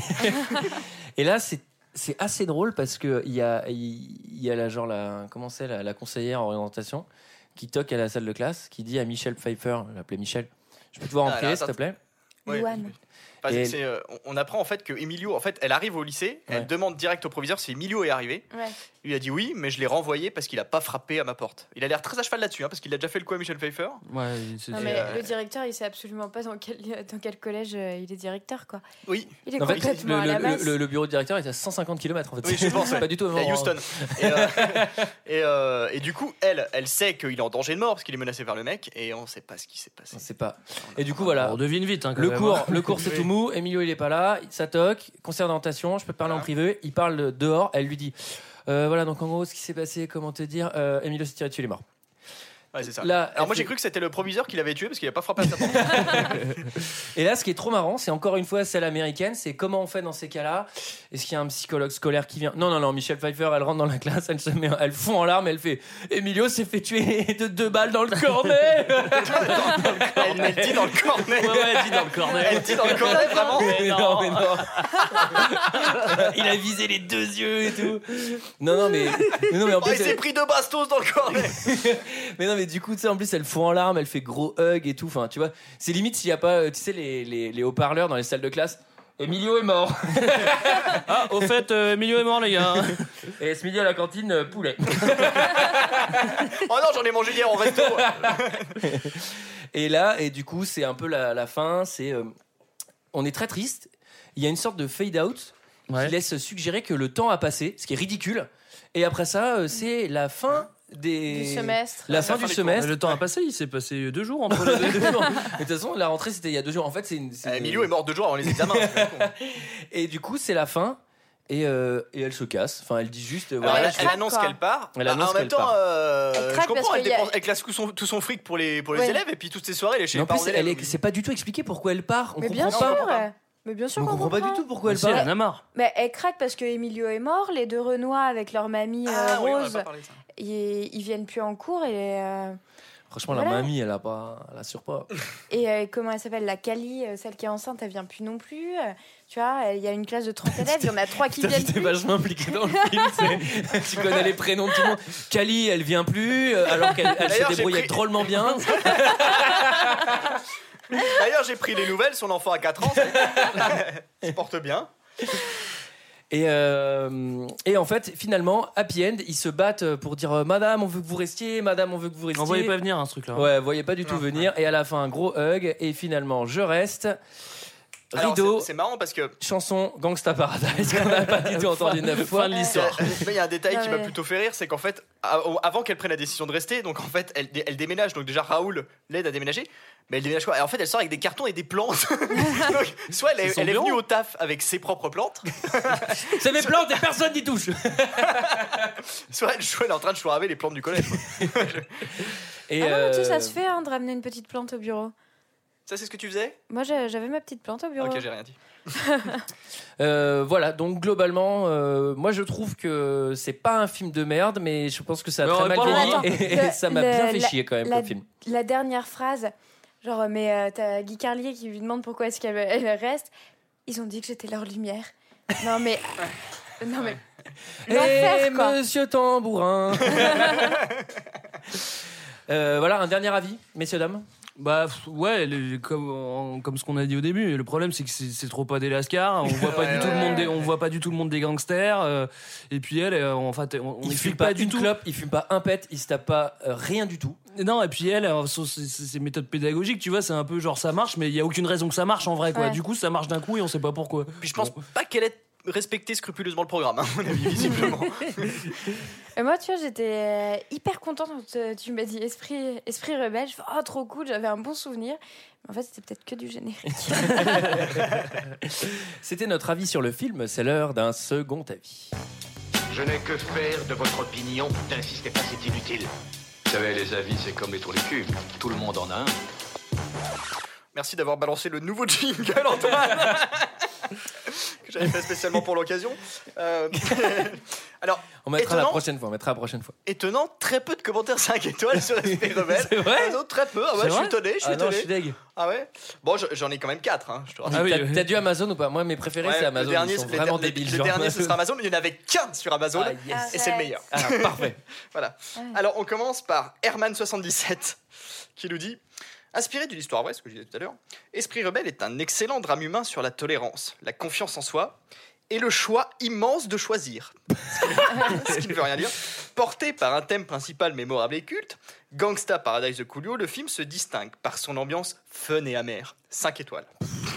Speaker 1: Et là, c'est c'est assez drôle parce que il y a il y a la genre la comment c'est la, la conseillère en orientation qui toque à la salle de classe, qui dit à Michel Pfeiffer, je l'appelais Michel, je peux te voir en
Speaker 6: Ah,
Speaker 1: privé
Speaker 6: là,
Speaker 1: s'il te
Speaker 6: attends.
Speaker 1: plaît.
Speaker 6: Ouais.
Speaker 7: Louane.
Speaker 6: Parce
Speaker 1: Et-
Speaker 6: que c'est, euh, on- on apprend en fait que Emilio, en fait, elle arrive au lycée, elle demande direct au proviseur si Emilio est arrivé.
Speaker 7: Ouais.
Speaker 6: Il a dit oui, mais je l'ai renvoyé parce qu'il a pas frappé à ma porte. Il a l'air très à cheval là-dessus, hein, parce qu'il a déjà fait le coup à Michel Pfeiffer.
Speaker 8: Ouais, c'est-
Speaker 7: Non,
Speaker 6: Et,
Speaker 7: mais
Speaker 6: euh,
Speaker 7: le directeur, il sait absolument pas dans quel, dans quel collège euh, il est directeur, quoi.
Speaker 6: Oui.
Speaker 7: Il est
Speaker 1: En fait,
Speaker 7: complètement
Speaker 1: le,
Speaker 7: à la
Speaker 1: le-
Speaker 7: masse.
Speaker 1: le- le bureau de directeur est à 150 km en fait.
Speaker 6: Oui, je pense.
Speaker 1: C'est
Speaker 6: ouais.
Speaker 1: pas du tout hein. au
Speaker 6: Il est à
Speaker 1: moment-
Speaker 6: Houston. Et, euh, et, euh, et du coup, elle, elle sait qu'il est en danger de mort parce qu'il est menacé par le mec, et on sait pas ce qui s'est passé.
Speaker 1: On sait pas. Et du coup, voilà.
Speaker 8: On devine vite, hein, quand
Speaker 1: Le
Speaker 8: même,
Speaker 1: cours,
Speaker 8: hein.
Speaker 1: le cours c'est tout mou. Emilio il est pas là, ça toque. Concert d'orientation, je peux te parler
Speaker 6: Ah.
Speaker 1: en privé. Il parle dehors. Elle lui dit, Euh, voilà donc en gros ce qui s'est passé, comment te dire, euh, Emilio s'est tiré dessus, il est mort.
Speaker 6: Ouais, c'est ça.
Speaker 1: Là,
Speaker 6: Ah. Alors moi,
Speaker 1: elle
Speaker 6: j'ai
Speaker 1: fait-
Speaker 6: cru que c'était le proviseur qui l'avait tué parce qu'il a pas frappé à sa porte.
Speaker 1: Et là, ce qui est trop marrant, c'est encore une fois celle américaine, c'est comment on fait dans ces cas-là Est-ce qu'il y a un psychologue scolaire qui vient Non, non, non, Michelle Pfeiffer, elle rentre dans la classe, elle se met, elle fond en larmes, elle fait Emilio s'est fait tuer de deux balles dans le cornet
Speaker 6: Elle, elle dit dans le cornet.
Speaker 8: Ouais, ouais, elle dit dans le cornet.
Speaker 6: Elle dit dans le cornet, vraiment.
Speaker 1: Mais non, mais non. Il a visé les deux yeux et tout. Non, non, mais, mais non, mais en
Speaker 6: Oh,
Speaker 1: plus,
Speaker 6: il s'est
Speaker 1: elle-
Speaker 6: pris deux bastos dans le cornet.
Speaker 1: mais non, mais du coup, tu sais, en plus, elle fond en larmes, elle fait gros hug et tout. Enfin, tu vois, c'est limite s'il n'y a pas, euh, tu sais, les, les, les haut-parleurs dans les salles de classe. Emilio est mort.
Speaker 8: Ah, au fait, euh, Emilio est mort, les gars.
Speaker 1: Et ce midi à la cantine, euh, poulet.
Speaker 6: Oh non, j'en ai mangé hier en resto.
Speaker 1: Et là, et du coup, c'est un peu la, la fin. C'est, euh, on est très triste. Il y a une sorte de fade out qui laisse suggérer que le temps a passé, ce qui est ridicule. Et après ça, euh, c'est la fin des
Speaker 7: Du semestre.
Speaker 1: La fin du
Speaker 8: des
Speaker 1: semestre.
Speaker 8: cours. Le temps a passé, il s'est passé deux jours entre les deux.
Speaker 1: Deux jours. Mais De toute façon, la rentrée c'était il y a deux jours. En fait, c'est une. c'est une-
Speaker 6: Emilio Eh, est mort deux jours avant les examens.
Speaker 1: Et du coup, c'est la fin. Et, euh, et elle se casse. Enfin, elle dit juste. euh,
Speaker 6: Alors,
Speaker 1: voilà,
Speaker 6: elle,
Speaker 1: je-
Speaker 6: elle annonce
Speaker 7: quoi.
Speaker 6: qu'elle part.
Speaker 1: Elle
Speaker 6: Bah,
Speaker 1: annonce
Speaker 6: en même
Speaker 1: qu'elle
Speaker 6: temps,
Speaker 1: part.
Speaker 6: euh,
Speaker 7: Elle
Speaker 6: je
Speaker 7: craque
Speaker 6: comprends,
Speaker 7: parce
Speaker 6: elle
Speaker 7: qu'il y a-
Speaker 6: dépense, elle classe tout son, tout son fric pour les, pour les
Speaker 7: Ouais.
Speaker 6: élèves et puis toutes ses soirées, elle est chez
Speaker 1: Mais
Speaker 6: les
Speaker 1: en
Speaker 6: parents
Speaker 1: plus, elle
Speaker 6: d'élèves.
Speaker 1: est- c'est pas du tout expliqué pourquoi elle part. On
Speaker 7: Mais
Speaker 1: comprend
Speaker 7: bien
Speaker 1: pas.
Speaker 7: sûr. euh, Mais bien sûr
Speaker 1: On
Speaker 7: qu'on
Speaker 1: comprend
Speaker 7: comprend.
Speaker 1: pas du tout pourquoi elle
Speaker 8: Si, elle
Speaker 1: part.
Speaker 8: en a marre.
Speaker 7: Mais elle craque parce que Emilio est mort, les deux Renois avec leur mamie euh,
Speaker 6: Ah oui, on en a
Speaker 7: Rose,
Speaker 6: pas parlé de ça.
Speaker 7: ils, ils viennent plus en cours et euh,
Speaker 1: Franchement, la
Speaker 7: Voilà.
Speaker 1: mamie, elle a pas, elle assure pas.
Speaker 7: et euh, comment elle s'appelle la Cali, euh, celle qui est enceinte, elle vient plus non plus. euh, tu vois, il y a une classe de 30 élèves, il y en a trois qui
Speaker 1: Putain,
Speaker 7: viennent
Speaker 1: t'es
Speaker 7: plus.
Speaker 1: vachement impliqué dans le film. c'est- tu connais les prénoms de tout le monde. Kali, elle vient plus, euh, alors qu'elle elle se
Speaker 6: D'ailleurs, j'ai
Speaker 1: débrouillait
Speaker 6: pris-
Speaker 1: drôlement bien.
Speaker 6: D'ailleurs, j'ai pris les nouvelles, son enfant a 4 ans. Il se porte bien.
Speaker 1: Et, euh, et en fait, finalement, Happy End, ils se battent pour dire euh, Madame, on veut que vous restiez, Madame, on veut que vous restiez.
Speaker 8: On voyait pas venir hein, ce truc-là.
Speaker 1: Ouais, voyez pas du tout
Speaker 6: Non,
Speaker 1: venir. Et à la fin, un gros hug. Et finalement, je reste.
Speaker 6: Alors,
Speaker 1: Rideau,
Speaker 6: c'est- C'est marrant parce que. euh,
Speaker 1: chanson Gangsta Paradise qu'on n'a pas du tout entendu neuf fois.
Speaker 8: Fin de
Speaker 6: Mais
Speaker 8: l'histoire.
Speaker 6: il y a un détail
Speaker 7: Non,
Speaker 6: qui m'a
Speaker 7: mais-
Speaker 6: plutôt fait rire, c'est qu'en fait, a- avant qu'elle prenne la décision de rester, donc en fait, elle, dé- elle déménage. Donc déjà, Raoul l'aide à déménager, mais elle déménage quoi Et en fait, elle sort avec des cartons et des plantes. Donc, soit elle, est-
Speaker 8: C'est son
Speaker 6: elle est venue
Speaker 8: bureau.
Speaker 6: au taf avec ses propres plantes,
Speaker 1: C'est mes plantes et personne n'y touche.
Speaker 6: soit elle, joue- elle est en train de chouraver les plantes du collège. quoi.
Speaker 1: Et
Speaker 7: Ah non, mais tu sais, ça
Speaker 1: euh,
Speaker 7: se fait hein, de ramener une petite plante au bureau.
Speaker 6: Ça, c'est ce que tu faisais
Speaker 7: Moi, j'a- j'avais ma petite plante au bureau.
Speaker 6: Ok, j'ai rien dit.
Speaker 1: Euh, voilà, donc globalement, euh, moi je trouve que c'est pas un film de merde, mais je pense que ça a
Speaker 8: Mais on
Speaker 1: très
Speaker 8: est
Speaker 1: mal
Speaker 8: pas
Speaker 7: loin.
Speaker 1: vieilli et, et
Speaker 7: Le-
Speaker 1: ça m'a
Speaker 7: le-
Speaker 1: bien fait
Speaker 7: la-
Speaker 1: chier quand même
Speaker 7: la-
Speaker 1: le film.
Speaker 7: La dernière phrase, genre, mais euh, t'as Guy Carlier qui lui demande pourquoi est-ce qu'elle elle reste. Ils ont dit que j'étais leur lumière. Non mais, non mais, Eh,
Speaker 1: Et
Speaker 7: l'enfer quoi.
Speaker 1: Eh, Monsieur Tambourin. Euh, voilà, un dernier avis, messieurs dames.
Speaker 8: Bah pff, ouais, les- comme, en- comme ce qu'on a dit au début. Le problème c'est que c'est c'est trop pas des lascars. On voit pas
Speaker 1: Ouais,
Speaker 8: du tout
Speaker 1: ouais,
Speaker 8: le monde, des,
Speaker 1: ouais.
Speaker 8: on voit pas du tout le monde des gangsters. euh, et puis elle, euh, en fait, on, on
Speaker 1: il
Speaker 8: explique
Speaker 1: fume
Speaker 8: pas,
Speaker 1: pas,
Speaker 8: du
Speaker 1: une
Speaker 8: tout.
Speaker 1: clope, il fume pas un pet, il se tape pas euh, rien du tout.
Speaker 8: Non, et puis elle, euh, son- ses ses méthodes pédagogiques, tu vois, c'est un peu genre ça marche, mais il y a aucune raison que ça marche en vrai, quoi.
Speaker 6: Ouais.
Speaker 8: Du coup, ça marche d'un coup et on sait pas pourquoi.
Speaker 6: Puis je pense pas qu'elle ait respecté scrupuleusement le programme, hein, à mon avis, visiblement.
Speaker 7: Et moi, tu vois, j'étais euh, hyper contente quand euh, tu m'as dit esprit, esprit rebelle. Je fais, oh, trop cool, j'avais un bon souvenir. Mais en fait, c'était peut-être que du générique.
Speaker 1: C'était notre avis sur le film, c'est l'heure d'un second avis.
Speaker 14: Je n'ai que faire de votre opinion. N'insistez pas, c'est inutile.
Speaker 3: Vous savez, les avis, c'est comme les tours du cul. Tout le monde en a un.
Speaker 6: Merci d'avoir balancé le nouveau jingle, Antoine Que j'avais fait spécialement pour l'occasion. Euh, Alors,
Speaker 1: On mettra la
Speaker 6: étonnant,
Speaker 1: prochaine fois, on mettra la prochaine fois.
Speaker 6: étonnant, très peu de commentaires 5 étoiles sur Esprit Rebelle.
Speaker 1: C'est vrai
Speaker 6: Un autre, très peu. Ah ouais,
Speaker 1: C'est
Speaker 6: je suis
Speaker 1: vrai
Speaker 6: étonné, je suis
Speaker 1: Ah non,
Speaker 6: étonné.
Speaker 1: je suis deg.
Speaker 6: Ah ouais Bon, je- j'en ai quand même 4, je
Speaker 8: Ah
Speaker 6: te rappelle.
Speaker 1: T'as- t'as, dû Amazon ou pas Moi, mes préférés,
Speaker 6: Ouais,
Speaker 1: c'est Amazon.
Speaker 6: Le dernier,
Speaker 1: ils sont
Speaker 6: c'est- les
Speaker 1: vraiment
Speaker 6: der- les-
Speaker 1: débiles.
Speaker 6: le
Speaker 1: genre.
Speaker 6: dernier, ce sera Amazon, mais il n'y en avait qu'un sur Amazon.
Speaker 1: Ah, yes.
Speaker 6: Et c'est le meilleur.
Speaker 1: Ah, parfait.
Speaker 6: voilà. Alors, on commence par Herman77 qui nous dit. Inspiré d'une histoire vraie, ce que je disais tout à l'heure, Esprit Rebelle est un excellent drame humain sur la tolérance, la confiance en soi et le choix immense de choisir. ce qui ne veut rien dire. Porté par un thème principal mémorable et culte, Gangsta Paradise de Coolio, le film se distingue par son ambiance fun et amère. 5 étoiles.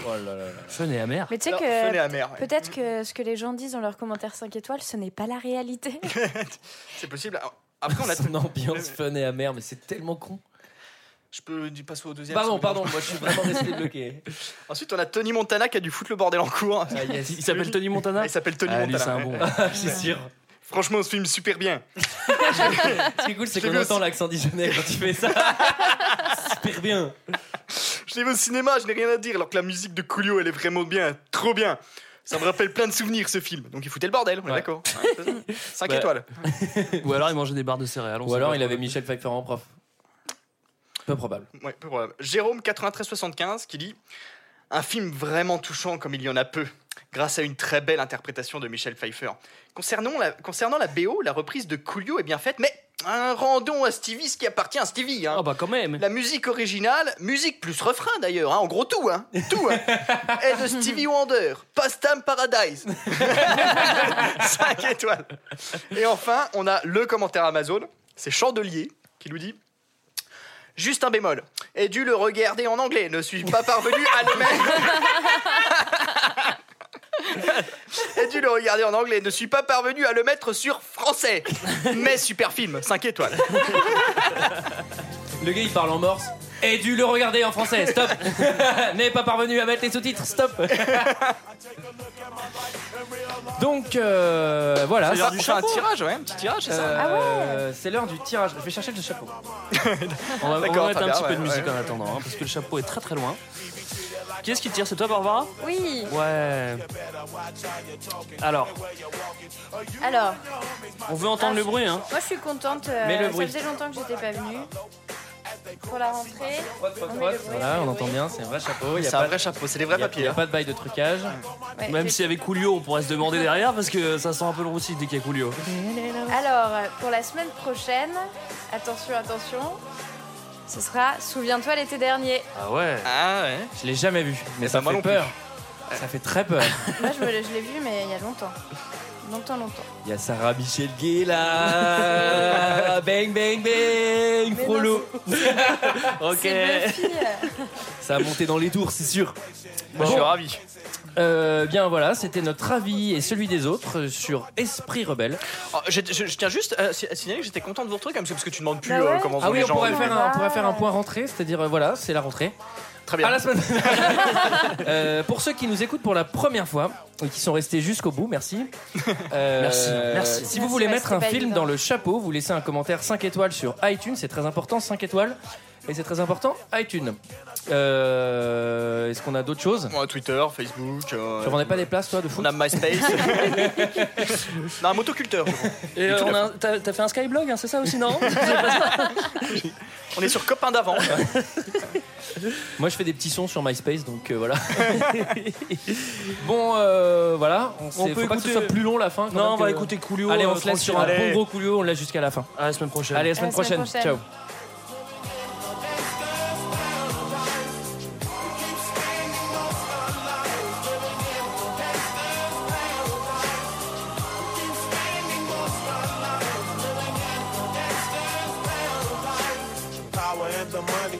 Speaker 1: Oh là là là.
Speaker 8: Fun et amer.
Speaker 7: Mais tu sais
Speaker 6: Alors,
Speaker 7: que
Speaker 6: fun et amer, ouais.
Speaker 7: peut-être que ce que les gens disent dans leurs commentaires 5 étoiles, ce n'est pas la réalité.
Speaker 6: C'est possible. Alors, Après, on a
Speaker 1: Son ambiance fun et amère, mais c'est tellement con.
Speaker 6: Je peux du- passer au deuxième.
Speaker 1: Pardon,
Speaker 6: parce que-
Speaker 1: pardon, moi je suis vraiment resté bloqué.
Speaker 6: Ensuite, on a Tony Montana qui a dû foutre le bordel en cours.
Speaker 1: yes.
Speaker 8: Il s'appelle Tony Montana
Speaker 6: Il s'appelle Tony
Speaker 8: Ah, lui,
Speaker 6: Ah, Montana.
Speaker 8: c'est un bon.
Speaker 6: Ouais.
Speaker 1: C'est sûr.
Speaker 6: Franchement, ce film super bien.
Speaker 1: Ce qui est cool, c'est
Speaker 6: Je l'ai
Speaker 1: qu'on
Speaker 6: vu
Speaker 1: entend
Speaker 6: aussi-
Speaker 1: l'accent dijonnais quand tu fais ça. Super bien.
Speaker 6: Je l'ai vu au cinéma, je n'ai rien à dire, alors que la musique de Coolio, elle est vraiment bien, trop bien. Ça me rappelle plein de souvenirs ce film. Donc il foutait le bordel, on est d'accord. 5
Speaker 1: Ouais.
Speaker 6: étoiles.
Speaker 8: Ou alors il mangeait des barres de céréales. on
Speaker 1: Ou
Speaker 8: sait
Speaker 1: alors
Speaker 8: pas
Speaker 1: il
Speaker 8: trop.
Speaker 1: avait Michel Pfeiffer en prof. Peu probable.
Speaker 6: Ouais, peu probable. Jérôme 9375 qui dit un film vraiment touchant comme il y en a peu, grâce à une très belle interprétation de Michel Pfeiffer. Concernant la, concernant la BO, la reprise de Coolio est bien faite, mais un rendon à Stevie ce qui appartient à Stevie. hein.
Speaker 8: Ah bah quand même.
Speaker 6: La musique originale, musique plus refrain d'ailleurs, hein, en gros tout, hein, tout. Hein. Et de Stevie Wonder, Pastime Paradise. 5 étoiles. Et enfin, on a le commentaire Amazon, c'est Chandelier qui nous dit Juste un bémol, et dû le regarder en anglais, ne suis pas parvenu à le mettre. Et dû le regarder en anglais, ne suis pas parvenu à le mettre sur français. Mais super film, 5 étoiles.
Speaker 1: Le gars il parle en morse. Et dû le regarder en français, stop N'est pas parvenu à mettre les sous-titres, stop Donc euh, voilà,
Speaker 6: C'est l'heure du chapeau. Un tirage, ouais, un petit tirage, c'est ça
Speaker 1: Euh, C'est l'heure du tirage. Je vais chercher le chapeau.
Speaker 8: On va, on va
Speaker 6: D'accord,
Speaker 8: mettre un
Speaker 6: très bien,
Speaker 8: petit peu de
Speaker 6: ouais,
Speaker 8: musique
Speaker 6: ouais.
Speaker 8: en attendant, hein, parce que le chapeau est très très loin. Qui est-ce qui tire C'est toi, Barbara
Speaker 7: Oui.
Speaker 8: Ouais. Alors,
Speaker 7: Alors,
Speaker 8: on veut entendre le bruit, hein
Speaker 7: moi, je suis contente. euh,
Speaker 8: Mets le
Speaker 7: ça
Speaker 8: bruit.
Speaker 7: faisait longtemps que j'étais pas venue. Pour la rentrée. on met le bruit.
Speaker 1: Voilà, on entend bien, c'est un vrai chapeau.
Speaker 6: C'est un vrai chapeau, c'est des vrais papiers,
Speaker 1: Il n'y a
Speaker 6: hein.
Speaker 1: pas de bail de trucage.
Speaker 7: Ouais,
Speaker 8: Même
Speaker 7: j'ai-
Speaker 8: si avec Coolio, on pourrait se demander derrière, parce que ça sent un peu le roussi dès qu'il y a Coolio.
Speaker 7: Alors, euh, pour la semaine prochaine, attention, attention, ce sera Souviens-toi l'été dernier.
Speaker 8: Ah ouais
Speaker 6: Ah ouais
Speaker 1: Je l'ai jamais vu, mais
Speaker 6: Eh
Speaker 1: ça
Speaker 6: ben, moi
Speaker 1: fait
Speaker 6: non plus.
Speaker 1: peur. Ça fait très peur.
Speaker 7: Moi, je, me l'ai- je l'ai vu, mais il y a longtemps. Longtemps, longtemps.
Speaker 1: Il y a Sarah Michel Guy là Bang bang bang
Speaker 7: non,
Speaker 1: Frollo
Speaker 8: Ok.
Speaker 7: C'est Buffy.
Speaker 1: Ça a monté dans les tours, c'est sûr.
Speaker 6: Je suis
Speaker 1: Bon.
Speaker 6: ravi.
Speaker 1: Euh, bien voilà, c'était notre avis et celui des autres sur Esprit Rebelle.
Speaker 6: Oh, je, je- je tiens juste à si- à signaler que j'étais content de vous retrouver comme ça, parce que tu demandes plus
Speaker 7: Bah ouais.
Speaker 6: euh, comment vont
Speaker 1: Ah oui,
Speaker 6: les
Speaker 1: on
Speaker 6: gens.
Speaker 1: pourrait, faire un, on pourrait faire un point rentrée, c'est-à-dire euh, voilà, c'est la rentrée.
Speaker 6: Très bien.
Speaker 1: À la semaine Euh, Pour ceux qui nous écoutent pour la première fois et qui sont restés jusqu'au bout, merci. Euh,
Speaker 8: Merci, merci.
Speaker 1: Si vous
Speaker 7: Merci,
Speaker 1: voulez
Speaker 7: ouais,
Speaker 1: mettre
Speaker 7: c'était
Speaker 1: un
Speaker 7: pas
Speaker 1: film
Speaker 7: évident.
Speaker 1: dans le chapeau, vous laissez un commentaire 5 étoiles sur iTunes, c'est très important, 5 étoiles. Et c'est très important, iTunes. Euh, Est-ce qu'on a d'autres choses
Speaker 6: Ouais, Twitter, Facebook. euh,
Speaker 1: Tu vendais pas des places, toi, de foot
Speaker 6: On a MySpace. on a un motoculteur. je crois.
Speaker 8: Et euh, on a un- t'as t'as fait un Skyblog, hein, c'est ça aussi, non
Speaker 6: On est sur copain d'avant.
Speaker 1: Moi, je fais des petits sons sur MySpace, donc euh, voilà. bon, euh, voilà. On, sait-
Speaker 8: On peut
Speaker 1: faut pas que ce
Speaker 8: écouter-
Speaker 1: soit plus long la fin. quand
Speaker 8: Non,
Speaker 1: même
Speaker 8: on va
Speaker 1: que-
Speaker 8: écouter Coolio.
Speaker 1: Allez, on
Speaker 8: euh,
Speaker 1: se laisse sur un
Speaker 8: tranquille.
Speaker 1: bon gros coulio, on l'a jusqu'à la fin.
Speaker 8: À la semaine prochaine.
Speaker 1: Allez, à la semaine
Speaker 7: À la semaine
Speaker 1: prochaine.
Speaker 7: prochaine.
Speaker 1: Ciao.
Speaker 3: the money,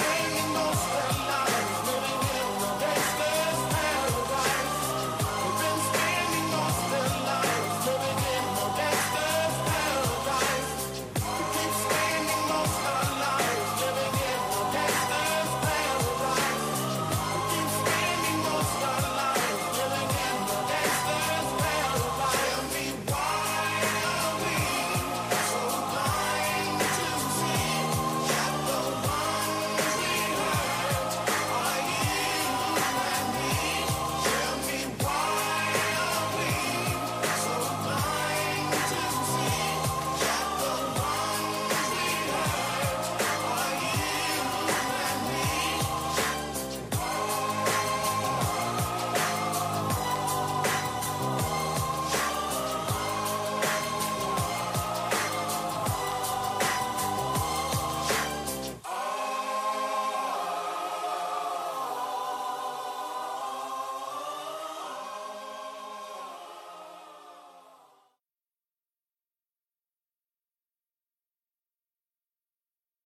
Speaker 3: fool.